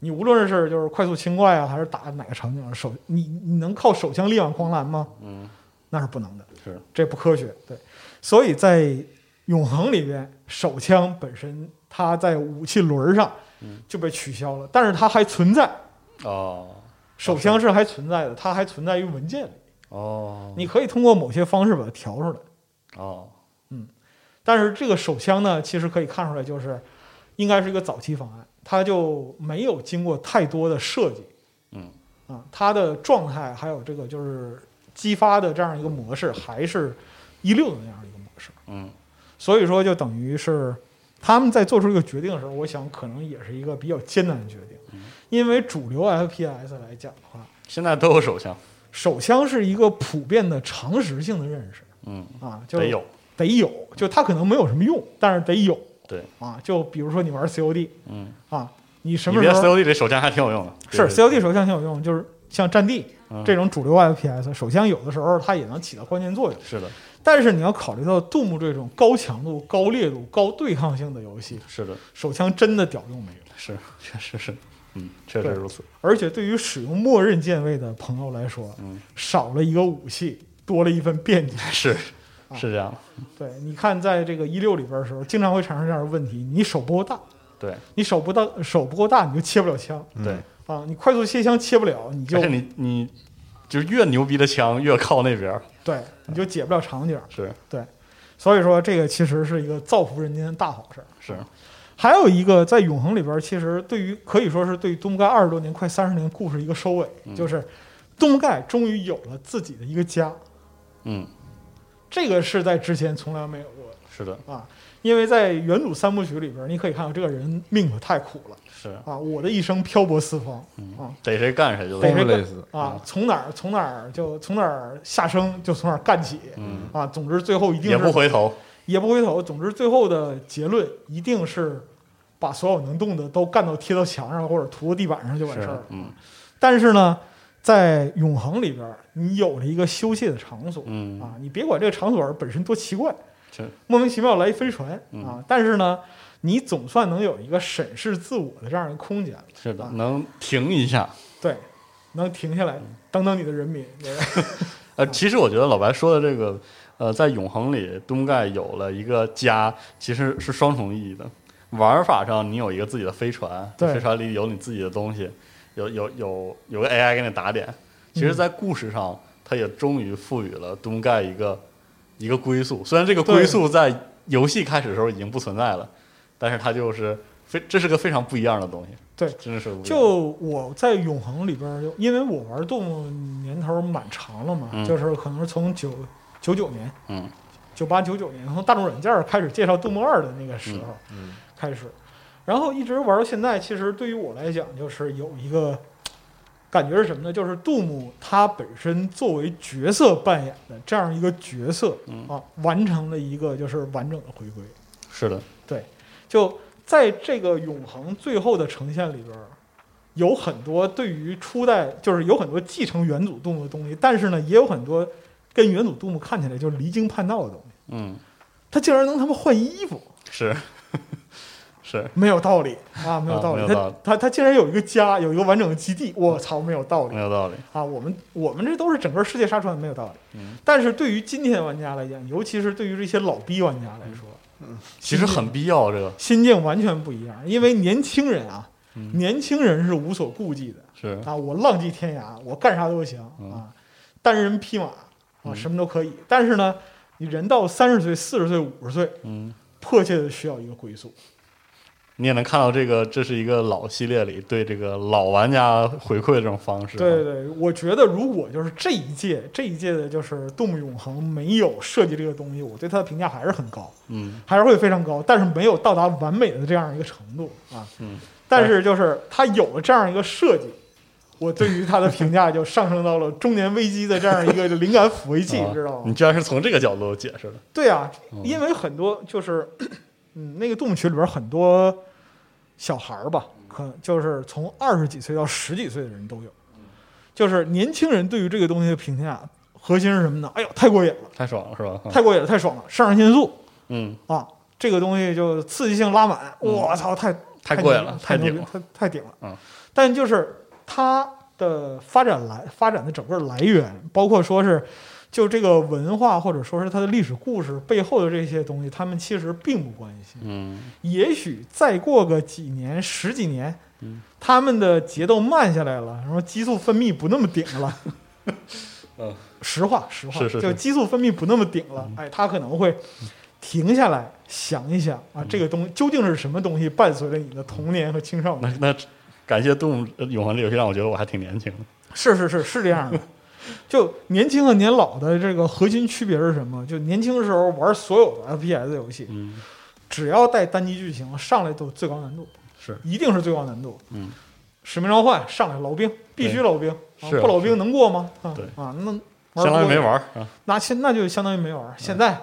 Speaker 3: 你无论是就是快速清怪啊，还是打哪个场景，手你你能靠手枪力挽狂澜吗？
Speaker 4: 嗯，
Speaker 3: 那是不能的。
Speaker 4: 是，
Speaker 3: 这不科学。对，所以在永恒里边，手枪本身它在武器轮上
Speaker 4: 嗯
Speaker 3: 就被取消了，但是它还存在，
Speaker 4: 哦
Speaker 3: 手枪是还存在的，它还存在于文件里，
Speaker 4: 哦，
Speaker 3: 你可以通过某些方式把它调出来。
Speaker 4: 哦，
Speaker 3: 但是这个手枪呢，其实可以看出来，就是应该是一个早期方案，它就没有经过太多的设计。
Speaker 4: 嗯，
Speaker 3: 啊，它的状态还有这个就是激发的这样一个模式，还是一六的那样一个模式。
Speaker 4: 嗯，
Speaker 3: 所以说就等于是他们在做出这个决定的时候，我想可能也是一个比较艰难的决
Speaker 4: 嗯
Speaker 3: 定，因为主流 FPS 来讲的话，
Speaker 4: 现在都有手枪，
Speaker 3: 手枪是一个普遍的常识性的认识
Speaker 4: 嗯，
Speaker 3: 啊，就
Speaker 4: 得有，
Speaker 3: 得有，就它可能没有什么用，但是得有
Speaker 4: 对，
Speaker 3: 啊。就比如说你玩 COD
Speaker 4: 嗯，
Speaker 3: 啊，你什
Speaker 4: 你
Speaker 3: 么
Speaker 4: 别
Speaker 3: 时候
Speaker 4: COD 这手枪还挺有用的，
Speaker 3: 是
Speaker 4: 对对
Speaker 3: COD 手枪挺有用，就是像战地
Speaker 4: 嗯
Speaker 3: 这种主流 FPS 手枪，有的时候它也能起到关键作用。
Speaker 4: 是的，
Speaker 3: 但是你要考虑到 Doom 这种高强度、高烈度、高对抗性的游戏，
Speaker 4: 是的，
Speaker 3: 手枪真的屌用没有。
Speaker 4: 是，确实是，嗯，确实
Speaker 3: 对
Speaker 4: 如此，
Speaker 3: 而且对于使用默认键位的朋友来说，
Speaker 4: 嗯
Speaker 3: 少了一个武器，多了一份便捷。
Speaker 4: 是是这样的，
Speaker 3: 对，你看，在这个一六里边的时候，经常会产生这样的问题：你手不够大，
Speaker 4: 对
Speaker 3: 你手不大，手不够大，你就切不了枪
Speaker 5: 嗯
Speaker 4: 对，
Speaker 3: 啊！你快速切枪切不了，你 就
Speaker 4: 而且哎你你就是越牛逼的枪越靠那边儿，
Speaker 3: 对，你就解不了场景。
Speaker 4: 是
Speaker 3: 对，所以说这个其实是一个造福人间的大好事儿。
Speaker 4: 是，
Speaker 3: 还有一个在永恒里边儿，其实对于可以说是对于东盖二十多年、快三十年故事一个收尾，
Speaker 4: 嗯
Speaker 3: 就是东盖终于有了自己的一个家，
Speaker 4: 嗯，
Speaker 3: 这个是在之前从来没有过的
Speaker 4: 是的，
Speaker 3: 啊。因为在原主三部曲里边儿，你可以看到这个人命可太苦了
Speaker 4: 是，
Speaker 3: 啊！我的一生漂泊四方啊，
Speaker 4: 逮谁干谁就
Speaker 3: 逮谁
Speaker 4: 是，嗯
Speaker 3: 干
Speaker 5: Homeless
Speaker 3: 啊，从哪儿从哪儿就从哪儿下生就从哪儿干起
Speaker 4: 嗯，
Speaker 3: 啊！总之最后一定
Speaker 4: 也不
Speaker 3: 是
Speaker 4: 回头，
Speaker 3: 也不回头。总之，最后的结论一定是把所有能动的都干到贴到墙上或者涂到地板上就完事儿
Speaker 4: 是
Speaker 3: 了，。啊
Speaker 4: 嗯
Speaker 3: 但是呢，在永恒里边儿，你有了一个休憩的场所、
Speaker 4: 嗯，
Speaker 3: 啊，你别管这个场所本身多奇怪，
Speaker 4: 是
Speaker 3: 莫名其妙来一飞船
Speaker 4: 嗯
Speaker 3: 啊，但是呢，你总算能有一个审视自我的这样一个空间了，
Speaker 4: 是的
Speaker 3: 啊，
Speaker 4: 能停一下，
Speaker 3: 对，能停下
Speaker 4: 嗯
Speaker 3: 来当当你的人民，对吧
Speaker 4: 呃，其实我觉得老白说的这个，呃，在永恒里，东盖有了一个家，其实是双重意义的。玩法上，你有一个自己的飞船，
Speaker 3: 对
Speaker 4: 飞船里有你自己的东西，有有有有个 AI 给你打点。
Speaker 3: 嗯
Speaker 4: 其实，在故事上，它也终于赋予了东盖一个一个归宿。虽然这个
Speaker 3: 对
Speaker 4: 归宿在游戏开始的时候已经不存在了，但是它就是非这是个非常不一样的东西。
Speaker 3: 对
Speaker 4: 真的是不一样
Speaker 3: 就我在永恒里边儿，就因为我玩动物年头儿蛮长了嘛，
Speaker 4: 嗯
Speaker 3: 就是可能是从九九九年，
Speaker 4: 嗯，
Speaker 3: 九八九九年从大众软件开始介绍《杜牧二》的那个时候
Speaker 5: 嗯
Speaker 3: 开始，然后一直玩到现在。其实对于我来讲，就是有一个感觉是什么呢？就是杜牧他本身作为角色扮演的这样一个角色
Speaker 4: 嗯
Speaker 3: 啊，完成了一个就是完整的回归。
Speaker 4: 是的，
Speaker 3: 就在这个永恒最后的呈现里边儿，有很多对于初代就是有很多继承元祖杜牧的东西，但是呢，也有很多跟元祖杜牧看起来就是离经叛道的东西。
Speaker 4: 嗯，
Speaker 3: 他竟然能他妈换衣服，
Speaker 4: 是 是，
Speaker 3: 没有道理啊，没有道理。
Speaker 4: 没有道理
Speaker 3: 他他他竟然有一个家，有一个完整的基地，我操，没有道理
Speaker 4: 没。有道理，
Speaker 3: 啊，我们我们这都是整个世界杀穿，没有道理。
Speaker 4: 嗯
Speaker 3: 但是对于今天玩家来讲，尤其是对于这些老逼玩家来说，
Speaker 4: 其实很必要这个
Speaker 3: 心境完全不一样。因为年轻人啊，
Speaker 4: 嗯
Speaker 3: 年轻人是无所顾忌的，
Speaker 4: 是
Speaker 3: 啊，我浪迹天涯，我干啥都行
Speaker 4: 嗯
Speaker 3: 啊，单人匹马啊，
Speaker 4: 嗯
Speaker 3: 什么都可以。但是呢，你人到三十岁、四十岁、五十岁，
Speaker 4: 嗯。
Speaker 3: 迫切的需要一个归宿。
Speaker 4: 你也能看到这个，这是一个老系列里对这个老玩家回馈的这种方式啊。
Speaker 3: 对对对，我觉得如果就是这一届这一届的就是《动物永恒》没有设计这个东西，我对它的评价还是很高，
Speaker 4: 嗯，
Speaker 3: 还是会非常高，但是没有到达完美的这样一个程度啊。
Speaker 4: 嗯，
Speaker 3: 但是就是它有了这样一个设计。我对于它的评价就上升到了中年危机的这样一个灵感抚慰剂，
Speaker 4: 啊
Speaker 3: 知道吗
Speaker 4: 你？居然是从这个角度解释的，
Speaker 3: 对啊，
Speaker 4: 嗯
Speaker 3: 因为很多就是， 嗯，那个动物群里边很多小孩儿吧，可就是从二十几岁到十几岁的人都有，就是年轻人对于这个东西的评价，核心是什么呢？哎呦，太过瘾了，
Speaker 4: 太爽了是吧？
Speaker 3: 太过瘾了，太爽了，肾上腺素
Speaker 4: 嗯，
Speaker 3: 啊，这个东西就刺激性拉满，
Speaker 4: 嗯
Speaker 3: 我操，太太
Speaker 4: 太过瘾
Speaker 3: 牛
Speaker 4: 了，
Speaker 3: 太
Speaker 4: 顶
Speaker 3: 牛
Speaker 4: 了
Speaker 3: 逼，太太顶了。
Speaker 4: 嗯，
Speaker 3: 但就是它的发展来发展的整个来源，包括说是就这个文化或者说是它的历史故事背后的这些东西，他们其实并不关心。
Speaker 4: 嗯
Speaker 3: 也许再过个几年、十几年
Speaker 4: 嗯，
Speaker 3: 他们的节奏慢下来了，然后激素分泌不那么顶了。
Speaker 4: 嗯，
Speaker 3: 实话实话，
Speaker 4: 是是是嗯
Speaker 3: 就激素分泌不那么顶了，哎，他可能会停下来想一想
Speaker 4: 嗯
Speaker 3: 啊，这个东西究竟是什么东西伴随着你的童年和青少年
Speaker 4: 那？那感谢《动物永恒》这游戏让我觉得我还挺年轻的。
Speaker 3: 是是是是这样的。 就年轻和年老的这个核心区别是什么？就年轻时候玩所有的 FPS 游戏，
Speaker 4: 嗯，
Speaker 3: 只要带单机剧情，上来都最高难度，
Speaker 4: 是
Speaker 3: 一定是最高难度。
Speaker 4: 嗯，
Speaker 3: 使命召唤上来老兵必须
Speaker 4: 对
Speaker 3: 老兵，啊、
Speaker 4: 是啊
Speaker 3: 不老兵能过吗？啊
Speaker 4: 对
Speaker 3: 啊，那玩
Speaker 4: 相当于没
Speaker 3: 不过，
Speaker 4: 玩儿啊，
Speaker 3: 那现那就相当于没玩儿。现在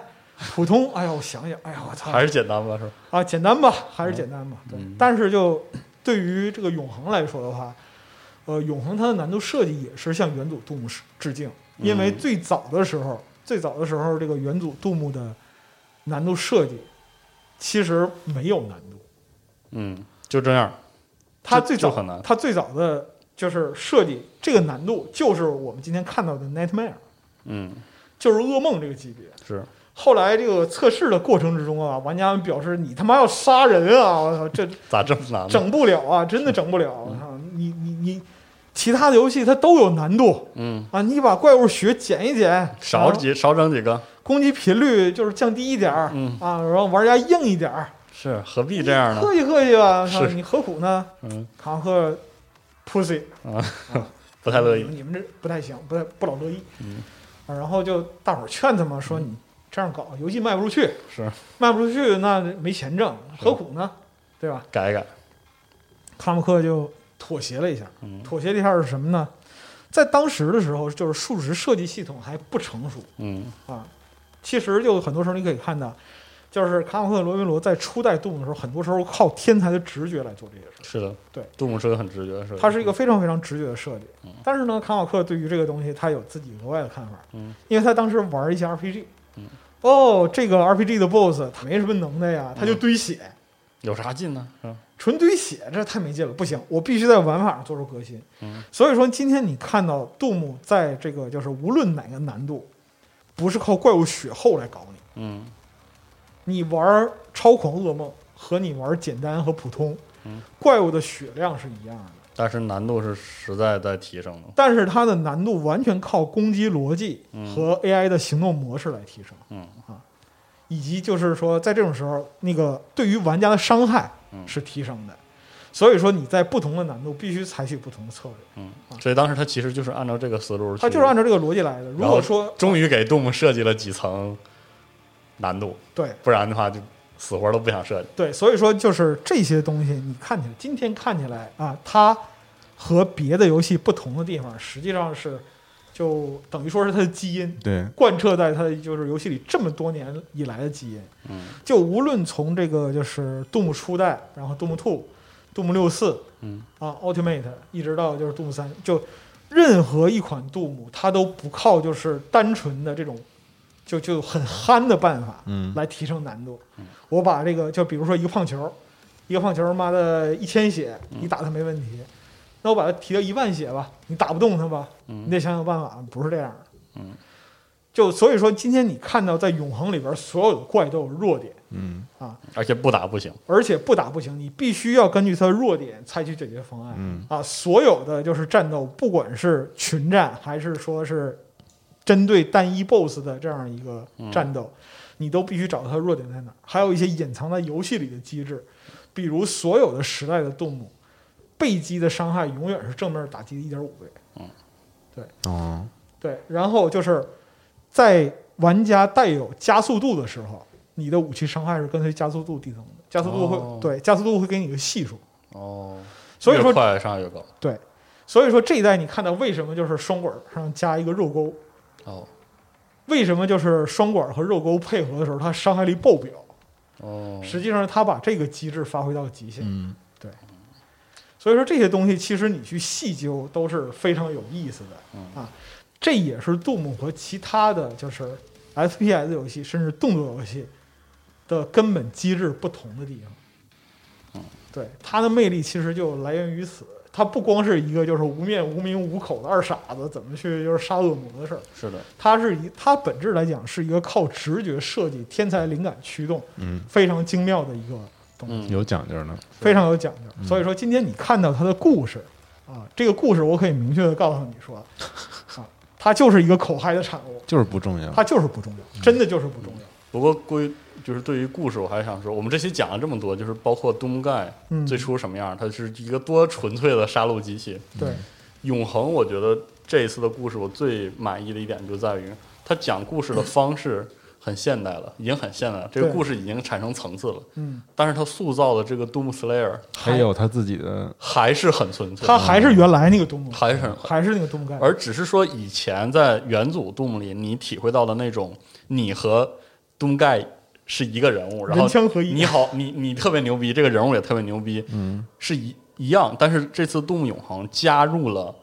Speaker 3: 普通，哎呀，我想想，哎呀，我操，
Speaker 4: 嗯还是简单吧，是吧？
Speaker 3: 啊，简单吧，还是简单吧。对
Speaker 4: 嗯，
Speaker 3: 但是就对于这个永恒来说的话，呃，永恒它的难度设计也是向元祖杜牧致敬，因为
Speaker 4: 嗯
Speaker 3: 最早的时候，最早的时候这个元祖杜牧的难度设计其实没有难度，
Speaker 4: 嗯，就这样。
Speaker 3: 它
Speaker 4: 就
Speaker 3: 最早
Speaker 4: 就很难
Speaker 3: 它最早的就是设计这个难度就是我们今天看到的 Nightmare，
Speaker 4: 嗯，
Speaker 3: 就是噩梦这个级别。
Speaker 4: 是
Speaker 3: 后来这个测试的过程之中啊，玩家们表示你他妈要杀人啊！我操，这
Speaker 4: 咋这么难呢？
Speaker 3: 整不了啊，真的整不了。我
Speaker 4: 嗯
Speaker 3: 操，你你你，其他的游戏它都有难度
Speaker 4: 嗯，
Speaker 3: 啊，你把怪物血减一减，
Speaker 4: 少
Speaker 3: 啊
Speaker 4: 几少整几个，
Speaker 3: 攻击频率就是降低一点儿
Speaker 4: 嗯，
Speaker 3: 啊，然后玩家硬一点儿，
Speaker 4: 是何必这样呢？
Speaker 3: 客气客气吧，我操
Speaker 4: 是
Speaker 3: 你何苦呢？
Speaker 4: 嗯，
Speaker 3: 康克，pussy
Speaker 4: 不太乐
Speaker 3: 你们
Speaker 4: 意。
Speaker 3: 你们这不太行，不太不老乐意。
Speaker 4: 嗯
Speaker 3: 啊，然后就大伙儿劝他嘛，说你这样搞游戏卖不出去，
Speaker 4: 是
Speaker 3: 卖不出去那没钱挣，何苦呢？对吧？
Speaker 4: 改一改，
Speaker 3: 康姆克就妥协了一下。
Speaker 4: 嗯
Speaker 3: 妥协的一下是什么呢？在当时的时候，就是数值设计系统还不成熟
Speaker 4: 嗯
Speaker 3: 啊。其实就很多时候你可以看到，就是卡姆克罗宾罗在初代动物的时候，很多时候靠天才的直觉来做这些事。
Speaker 4: 是的，
Speaker 3: 对，
Speaker 4: 杜牧是个很直觉的设计，
Speaker 3: 它是一个非常非常直觉的设计。但是呢，卡姆克对于这个东西他有自己额外的看法，
Speaker 4: 嗯
Speaker 3: 因为他当时玩一些 RPG，
Speaker 4: 嗯
Speaker 3: 哦，这个 RPG 的 BOSS 他没什么能耐呀，他
Speaker 4: 嗯
Speaker 3: 就堆血。
Speaker 4: 有啥劲呢？是吧？
Speaker 3: 纯堆血这太没劲了，不行，我必须在玩法上做出革新。
Speaker 4: 嗯
Speaker 3: 所以说今天你看到杜牧在这个就是无论哪个难度，不是靠怪物血厚来搞你，
Speaker 4: 嗯
Speaker 3: 你玩超狂噩梦和你玩简单和普通，
Speaker 4: 嗯
Speaker 3: 怪物的血量是一样的，
Speaker 4: 但是难度是实在在提升的。
Speaker 3: 但是它的难度完全靠攻击逻辑
Speaker 4: 嗯
Speaker 3: 和 AI 的行动模式来提升，啊
Speaker 4: 嗯
Speaker 3: 以及就是说在这种时候，那个对于玩家的伤害
Speaker 4: 嗯
Speaker 3: 是提升的。所以说你在不同的难度必须采取不同的策略，
Speaker 4: 嗯，所以当时他其实就是按照这个思路去，
Speaker 3: 它就是按照这个逻辑来的。如
Speaker 4: 然后
Speaker 3: 果说
Speaker 4: 终于给杜牧设计了几层难度，
Speaker 3: 对
Speaker 4: 不然的话就死活都不想设计。
Speaker 3: 对，所以说就是这些东西，你看起来今天看起来啊，它和别的游戏不同的地方，实际上是就等于说是它的基因，
Speaker 5: 对，
Speaker 3: 贯彻在它的就是游戏里这么多年以来的基因。
Speaker 4: 嗯，
Speaker 3: 就无论从这个就是杜牧初代，然后杜牧 two、杜牧六四，
Speaker 4: 嗯
Speaker 3: 啊 Ultimate，一直到就是杜牧三，就任何一款杜牧，它都不靠就是单纯的这种就就很憨的办法，
Speaker 5: 嗯
Speaker 3: 来提升难度。我把这个就比如说一个胖球，一个胖球妈的一千血，你打它没问题。那我把它提到一万血吧，你打不动它吧，你得想想办法，不是这样的。
Speaker 4: 嗯，
Speaker 3: 就所以说，今天你看到在永恒里边所有的怪都有弱点，
Speaker 5: 嗯
Speaker 4: 而且不打不行，
Speaker 3: 而且不打不行，你必须要根据它的弱点采取解决方案。
Speaker 5: 嗯
Speaker 3: 啊，所有的就是战斗，不管是群战还是说是针对单一 BOSS 的这样一个
Speaker 4: 嗯
Speaker 3: 战斗，你都必须找到它弱点在哪儿。还有一些隐藏在游戏里的机制，比如所有的时代的动物，背击的伤害永远是正面打击的一点五倍。
Speaker 5: 哦，
Speaker 3: 对，然后就是在玩家带有加速度的时候，你的武器伤害是跟随加速度递增的，加速度会、
Speaker 4: 哦
Speaker 3: 对加速度会给你一个系数。
Speaker 4: 哦，
Speaker 3: 所以
Speaker 4: 越
Speaker 3: 说
Speaker 4: 快伤害越高。
Speaker 3: 对，所以说这一代你看到为什么就是双管上加一个肉钩，
Speaker 4: 哦
Speaker 3: 为什么就是双管和肉钩配合的时候它伤害力爆表？
Speaker 4: 哦，
Speaker 3: 实际上是它把这个机制发挥到极限。
Speaker 5: 嗯
Speaker 3: 所以说这些东西其实你去细究都是非常有意思的啊。这也是杜牧和其他的就是 FPS 游戏甚至动作游戏的根本机制不同的地方。对它的魅力其实就来源于此。它不光是一个就是无面无名无口的二傻子怎么去就是杀恶魔的事儿，
Speaker 4: 是的，
Speaker 3: 它是一它本质来讲是一个靠直觉设计、天才灵感驱动，
Speaker 5: 嗯，
Speaker 3: 非常精妙的一个东西。
Speaker 4: 嗯，
Speaker 5: 有讲究呢，
Speaker 3: 非常有讲究。所以说，今天你看到他的故事啊，这个故事我可以明确的告诉你 说，啊，它就是一个口嗨的产物，
Speaker 5: 就是不重要。
Speaker 3: 它就是不重
Speaker 4: 嗯
Speaker 3: 要，真的就是不重要。
Speaker 4: 不过归就是对于故事，我还想说，我们这期讲了这么多，就是包括东盖
Speaker 3: 嗯
Speaker 4: 最初什么样，它是一个多纯粹的杀戮机器。
Speaker 3: 对，
Speaker 4: 永恒，我觉得这一次的故事，我最满意的一点就在于，他讲故事的方式很现代了，已经很现代了，这个
Speaker 3: 嗯对
Speaker 4: 故事已经产生层次了。
Speaker 3: 嗯，
Speaker 4: 但是他塑造的这个 Doom Slayer
Speaker 5: 还有他自己的，
Speaker 4: 还是很纯粹，
Speaker 3: 它还是原来那个东
Speaker 4: 还是很
Speaker 3: 还是那个东盖，
Speaker 4: 而只是说以前在原组 Doom 里，你体会到的那种你和 Doom 盖是一个人物，然后
Speaker 3: 人枪合一
Speaker 4: 你好，你你特别牛逼，这个人物也特别牛逼，
Speaker 5: 嗯，
Speaker 4: 是一一样。但是这次 Doom 永恒加入了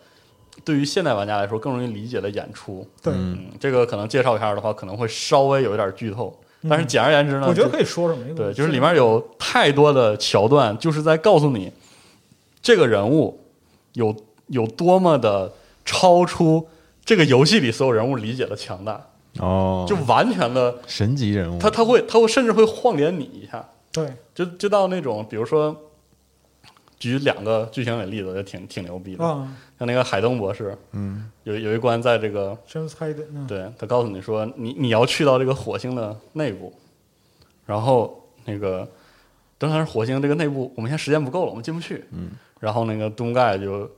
Speaker 4: 对于现代玩家来说更容易理解的演出，
Speaker 3: 对，
Speaker 5: 嗯
Speaker 4: 嗯，这个可能介绍一下的话，可能会稍微有一点剧透。但是
Speaker 3: 嗯
Speaker 4: 简而言之呢，
Speaker 3: 我觉得
Speaker 4: 就
Speaker 3: 可以说说没
Speaker 4: 对，就是里面有太多的桥段，就是在告诉你这个人物有有多么的超出这个游戏里所有人物理解的强大，
Speaker 5: 哦，
Speaker 4: 就完全的
Speaker 5: 神级人物，
Speaker 4: 他他会他会甚至会晃脸你一下，
Speaker 3: 对，
Speaker 4: 就就到那种比如说举两个剧情为例子，就挺挺牛逼的，
Speaker 3: 啊
Speaker 4: 像那个海登博士
Speaker 5: 嗯
Speaker 4: 有有一关在这个
Speaker 3: ，James Hayden，嗯，
Speaker 4: 对他告诉你说，你你要去到这个火星的内部，然后那个当然是火星这个内部，我们现在时间不够了，我们进不去。
Speaker 5: 嗯，
Speaker 4: 然后那个杜姆盖就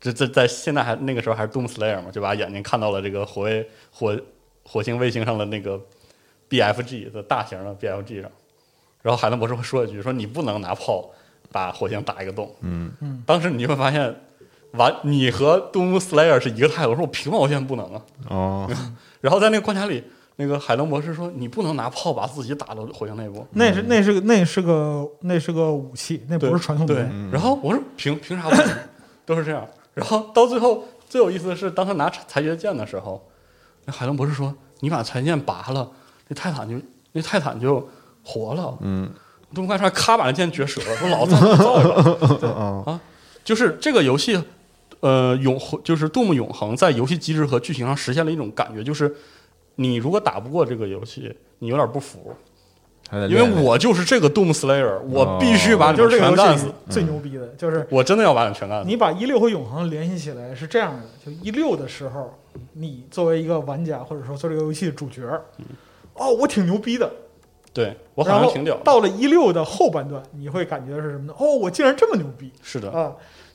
Speaker 4: 这这在现在还那个时候还是 Doom Slayer 嘛，就把眼睛看到了这个火卫火火星卫星上的那个 BFG 的大型的 BFG 上，然后海伦博士会说一句说你不能拿炮把火星打一个洞。
Speaker 5: 嗯
Speaker 4: 当时你就会发现。完，你和 Doom Slayer 是一个态度，说我凭毛线不能啊！
Speaker 5: 哦，
Speaker 4: 然后在那个关卡里，那个海登博士说：“你不能拿炮把自己打到火星内部。
Speaker 3: 那是那是个那是个那是个武器，那
Speaker 4: 嗯对”
Speaker 3: 不是传统
Speaker 4: 对
Speaker 3: 的。。嗯
Speaker 4: 然后我说：“凭凭啥不能？” 都是这样。然后到最后最有意思的是，当他拿裁决剑的时候，那海登博士说：“你把裁决剑拔了，那泰坦就那泰坦就活了。”
Speaker 5: 嗯，
Speaker 4: 东快川咔把那剑撅折了，说：“老子造造一个。对”啊，就是这个游戏，呃，永恒就是《杜牧永恒》在游戏机制和剧情上实现了一种感觉，就是你如果打不过这个游戏，你有点不服，
Speaker 5: 还得
Speaker 4: 因为
Speaker 5: 练练
Speaker 4: 我就是这个 Doom Slayer，我必须把你
Speaker 3: 就
Speaker 4: 们
Speaker 3: 是这
Speaker 4: 全
Speaker 3: 个游
Speaker 4: 干
Speaker 3: 戏里
Speaker 4: 死，嗯
Speaker 3: 最牛逼的，就是
Speaker 4: 我真的要把你们全干死。
Speaker 3: 你把一六和永恒联系起来是这样的：就一六的时候，你作为一个玩家或者说做这个游戏的主角，哦，我挺牛逼的，
Speaker 4: 对嗯我好
Speaker 3: 然
Speaker 4: 像
Speaker 3: 后
Speaker 4: 挺屌的，
Speaker 3: 到了一六的后半段，你会感觉是什么呢？哦，我竟然这么牛逼
Speaker 4: 是的，
Speaker 3: 啊！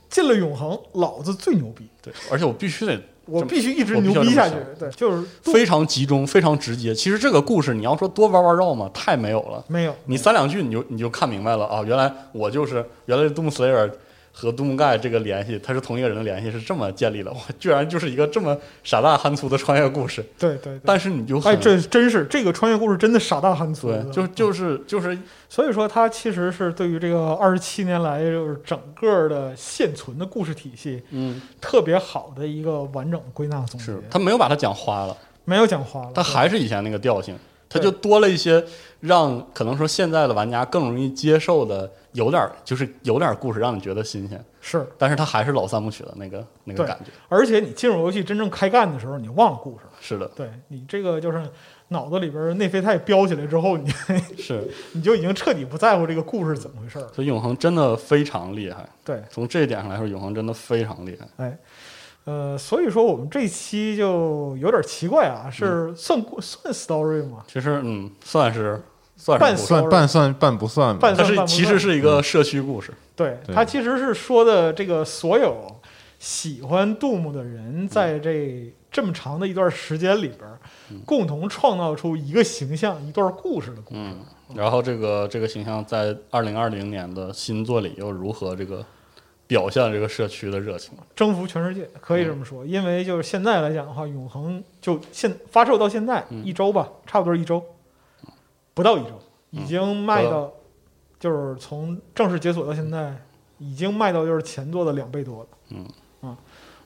Speaker 3: 进了永恒，老子最牛逼，
Speaker 4: 对，而且我必须得
Speaker 3: 我
Speaker 4: 这么
Speaker 3: 必须一直
Speaker 4: 我必
Speaker 3: 牛
Speaker 4: 须要
Speaker 3: 逼
Speaker 4: 这么
Speaker 3: 下去
Speaker 4: 想。
Speaker 3: 对，就是
Speaker 4: 非常集中，非常直接。其实这个故事你要说多弯弯绕嘛，太没有了。
Speaker 3: 没有
Speaker 4: 你三两句你就你就看明白了啊，原来我就是原来 Doom Slayer 和 Doom Guy 这个联系，它是同一个人的联系，是这么建立的。我 居然就是一个这么傻大憨粗的穿越故事，
Speaker 3: 对对对。
Speaker 4: 但是你就很、
Speaker 3: 哎，这真是这个穿越故事真的傻大憨粗
Speaker 4: 对，，就就是就是
Speaker 3: 所以说它其实是对于这个二十七年来就是整个的现存的故事体系
Speaker 4: 嗯，
Speaker 3: 特别好的一个完整的归纳总结
Speaker 4: 是，他没有把它讲花了，
Speaker 3: 没有讲花了，对
Speaker 4: 他还是以前那个调性，他就多了一些让可能说现在的玩家更容易接受的，有点儿就是有点儿故事让你觉得新鲜，
Speaker 3: 是，
Speaker 4: 但是他还是老三部曲的那个那个
Speaker 3: 对
Speaker 4: 感觉。
Speaker 3: 而且你进入游戏真正开干的时候，你忘了故事了，
Speaker 4: 是的，
Speaker 3: 对你这个就是脑子里边内啡肽飙起来之后，你
Speaker 4: 是，
Speaker 3: 你就已经彻底不在乎这个故事怎么回事儿了，
Speaker 4: 所以永恒真的非常厉害。
Speaker 3: 对，
Speaker 4: 从这一点上来说，永恒真的非常厉害。
Speaker 3: 哎。呃，所以说我们这期就有点奇怪啊，
Speaker 4: 嗯
Speaker 3: 是算故算 story 吗？
Speaker 4: 其实，嗯，算是算
Speaker 3: 半
Speaker 4: 是故事，
Speaker 5: 算半算半不算吧，
Speaker 3: 半
Speaker 4: 它
Speaker 3: 算
Speaker 4: 是
Speaker 3: 不
Speaker 4: 其实
Speaker 3: 算
Speaker 4: 是一个社区故事。
Speaker 3: 对，
Speaker 5: 对
Speaker 3: 他其实是说的这个所有喜欢杜牧的人，在这这么长的一段时间里边儿，共同创造出一个形象、一段故事的故事。
Speaker 4: 嗯，然后这个这个形象在二零二零年的新作里又如何这个表现这个社区的热情？
Speaker 3: 征服全世界，可以这么说。因为就是现在来讲的话，永恒就现发售到现在
Speaker 4: 嗯
Speaker 3: 一周吧，差不多一周，不到一周，已经卖到，就是从正式解锁到现在，已经卖到就是前作的两倍多了。
Speaker 4: 嗯
Speaker 3: 啊，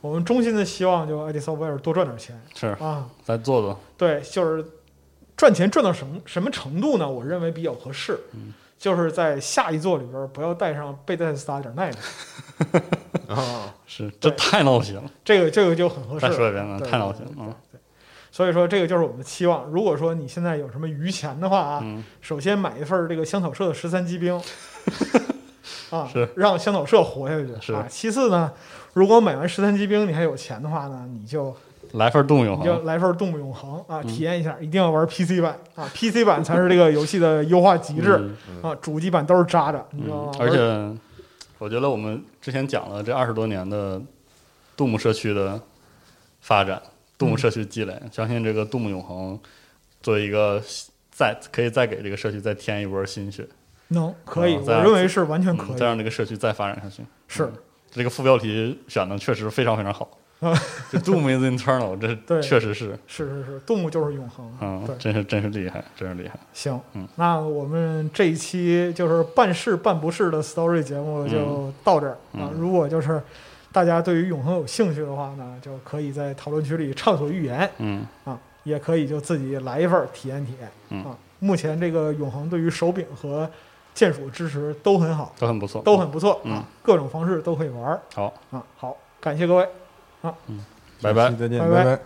Speaker 3: 我们衷心的希望就艾迪·索威尔多赚点钱
Speaker 4: 是，
Speaker 3: 啊，
Speaker 4: 再做做，
Speaker 3: 对，就是赚钱赚到什么什么程度呢？我认为比较合适，
Speaker 4: 嗯
Speaker 3: 就是在下一座里边儿不要带上贝塞斯达点儿耐力，
Speaker 5: 啊，
Speaker 4: 是这
Speaker 3: 对
Speaker 4: 太闹心了。
Speaker 3: 这个这个就很合适
Speaker 4: 再
Speaker 3: 了。
Speaker 4: 说一遍啊，
Speaker 3: 对
Speaker 4: 太
Speaker 3: 对
Speaker 4: 闹心
Speaker 3: 对
Speaker 4: 了啊。
Speaker 3: 所以说，这个就是我们的期望。如果说你现在有什么余钱的话啊，
Speaker 4: 嗯
Speaker 3: 首先买一份儿这个香草社的十三机 兵，啊，
Speaker 4: 是
Speaker 3: 让香草社活下去
Speaker 4: 是
Speaker 3: 啊。其次呢，如果买完十三机兵你还有钱的话呢，你就
Speaker 4: 来份动永
Speaker 3: 你就
Speaker 4: 恒，
Speaker 3: 来份儿动物永恒啊，
Speaker 4: 嗯
Speaker 3: 体验一下，一定要玩 PC 版啊，PC 版才是这 个游戏的优化极致。
Speaker 4: 嗯
Speaker 3: 啊，主机版都是渣的，你知道
Speaker 4: 嗯
Speaker 3: 吗？，
Speaker 4: 而且我觉得我们之前讲了这二十多年的杜牧社区的发展，杜
Speaker 3: 嗯
Speaker 4: 牧社区积累，相信这个杜牧永恒作为一个再可以再给这个社区再添一波新血，
Speaker 3: 能可以，
Speaker 4: 啊
Speaker 3: 我
Speaker 4: 再
Speaker 3: 认为是完全
Speaker 4: 嗯
Speaker 3: 可
Speaker 4: 再
Speaker 3: 以，
Speaker 4: 让这个社区再发展下去。
Speaker 3: 是
Speaker 4: 这个副标题选的确实非常非常好，就 Doom is internal，这
Speaker 3: 啊对
Speaker 4: 确实是，
Speaker 3: 是是是，动物就是永恒。
Speaker 4: 嗯
Speaker 3: 对，，
Speaker 4: 真是真是厉害，真是厉害。
Speaker 3: 行
Speaker 4: 嗯，
Speaker 3: 那我们这一期就是半是半不是的 story 节目就到这儿
Speaker 4: 嗯
Speaker 3: 啊
Speaker 4: 嗯。
Speaker 3: 如果就是大家对于永恒有兴趣的话呢，就可以在讨论区里畅所欲言
Speaker 4: 嗯，
Speaker 3: 啊，也可以就自己来一份儿体验体验
Speaker 4: 嗯
Speaker 3: 啊。目前这个永恒对于手柄和键鼠支持都很好，
Speaker 4: 都很不错，
Speaker 3: 都很不错
Speaker 4: 嗯
Speaker 3: 啊，各种方式都可以玩儿
Speaker 4: 好，
Speaker 3: 啊。好，感谢各位。
Speaker 4: 拜拜。
Speaker 5: 再见，
Speaker 3: 拜拜
Speaker 5: 拜。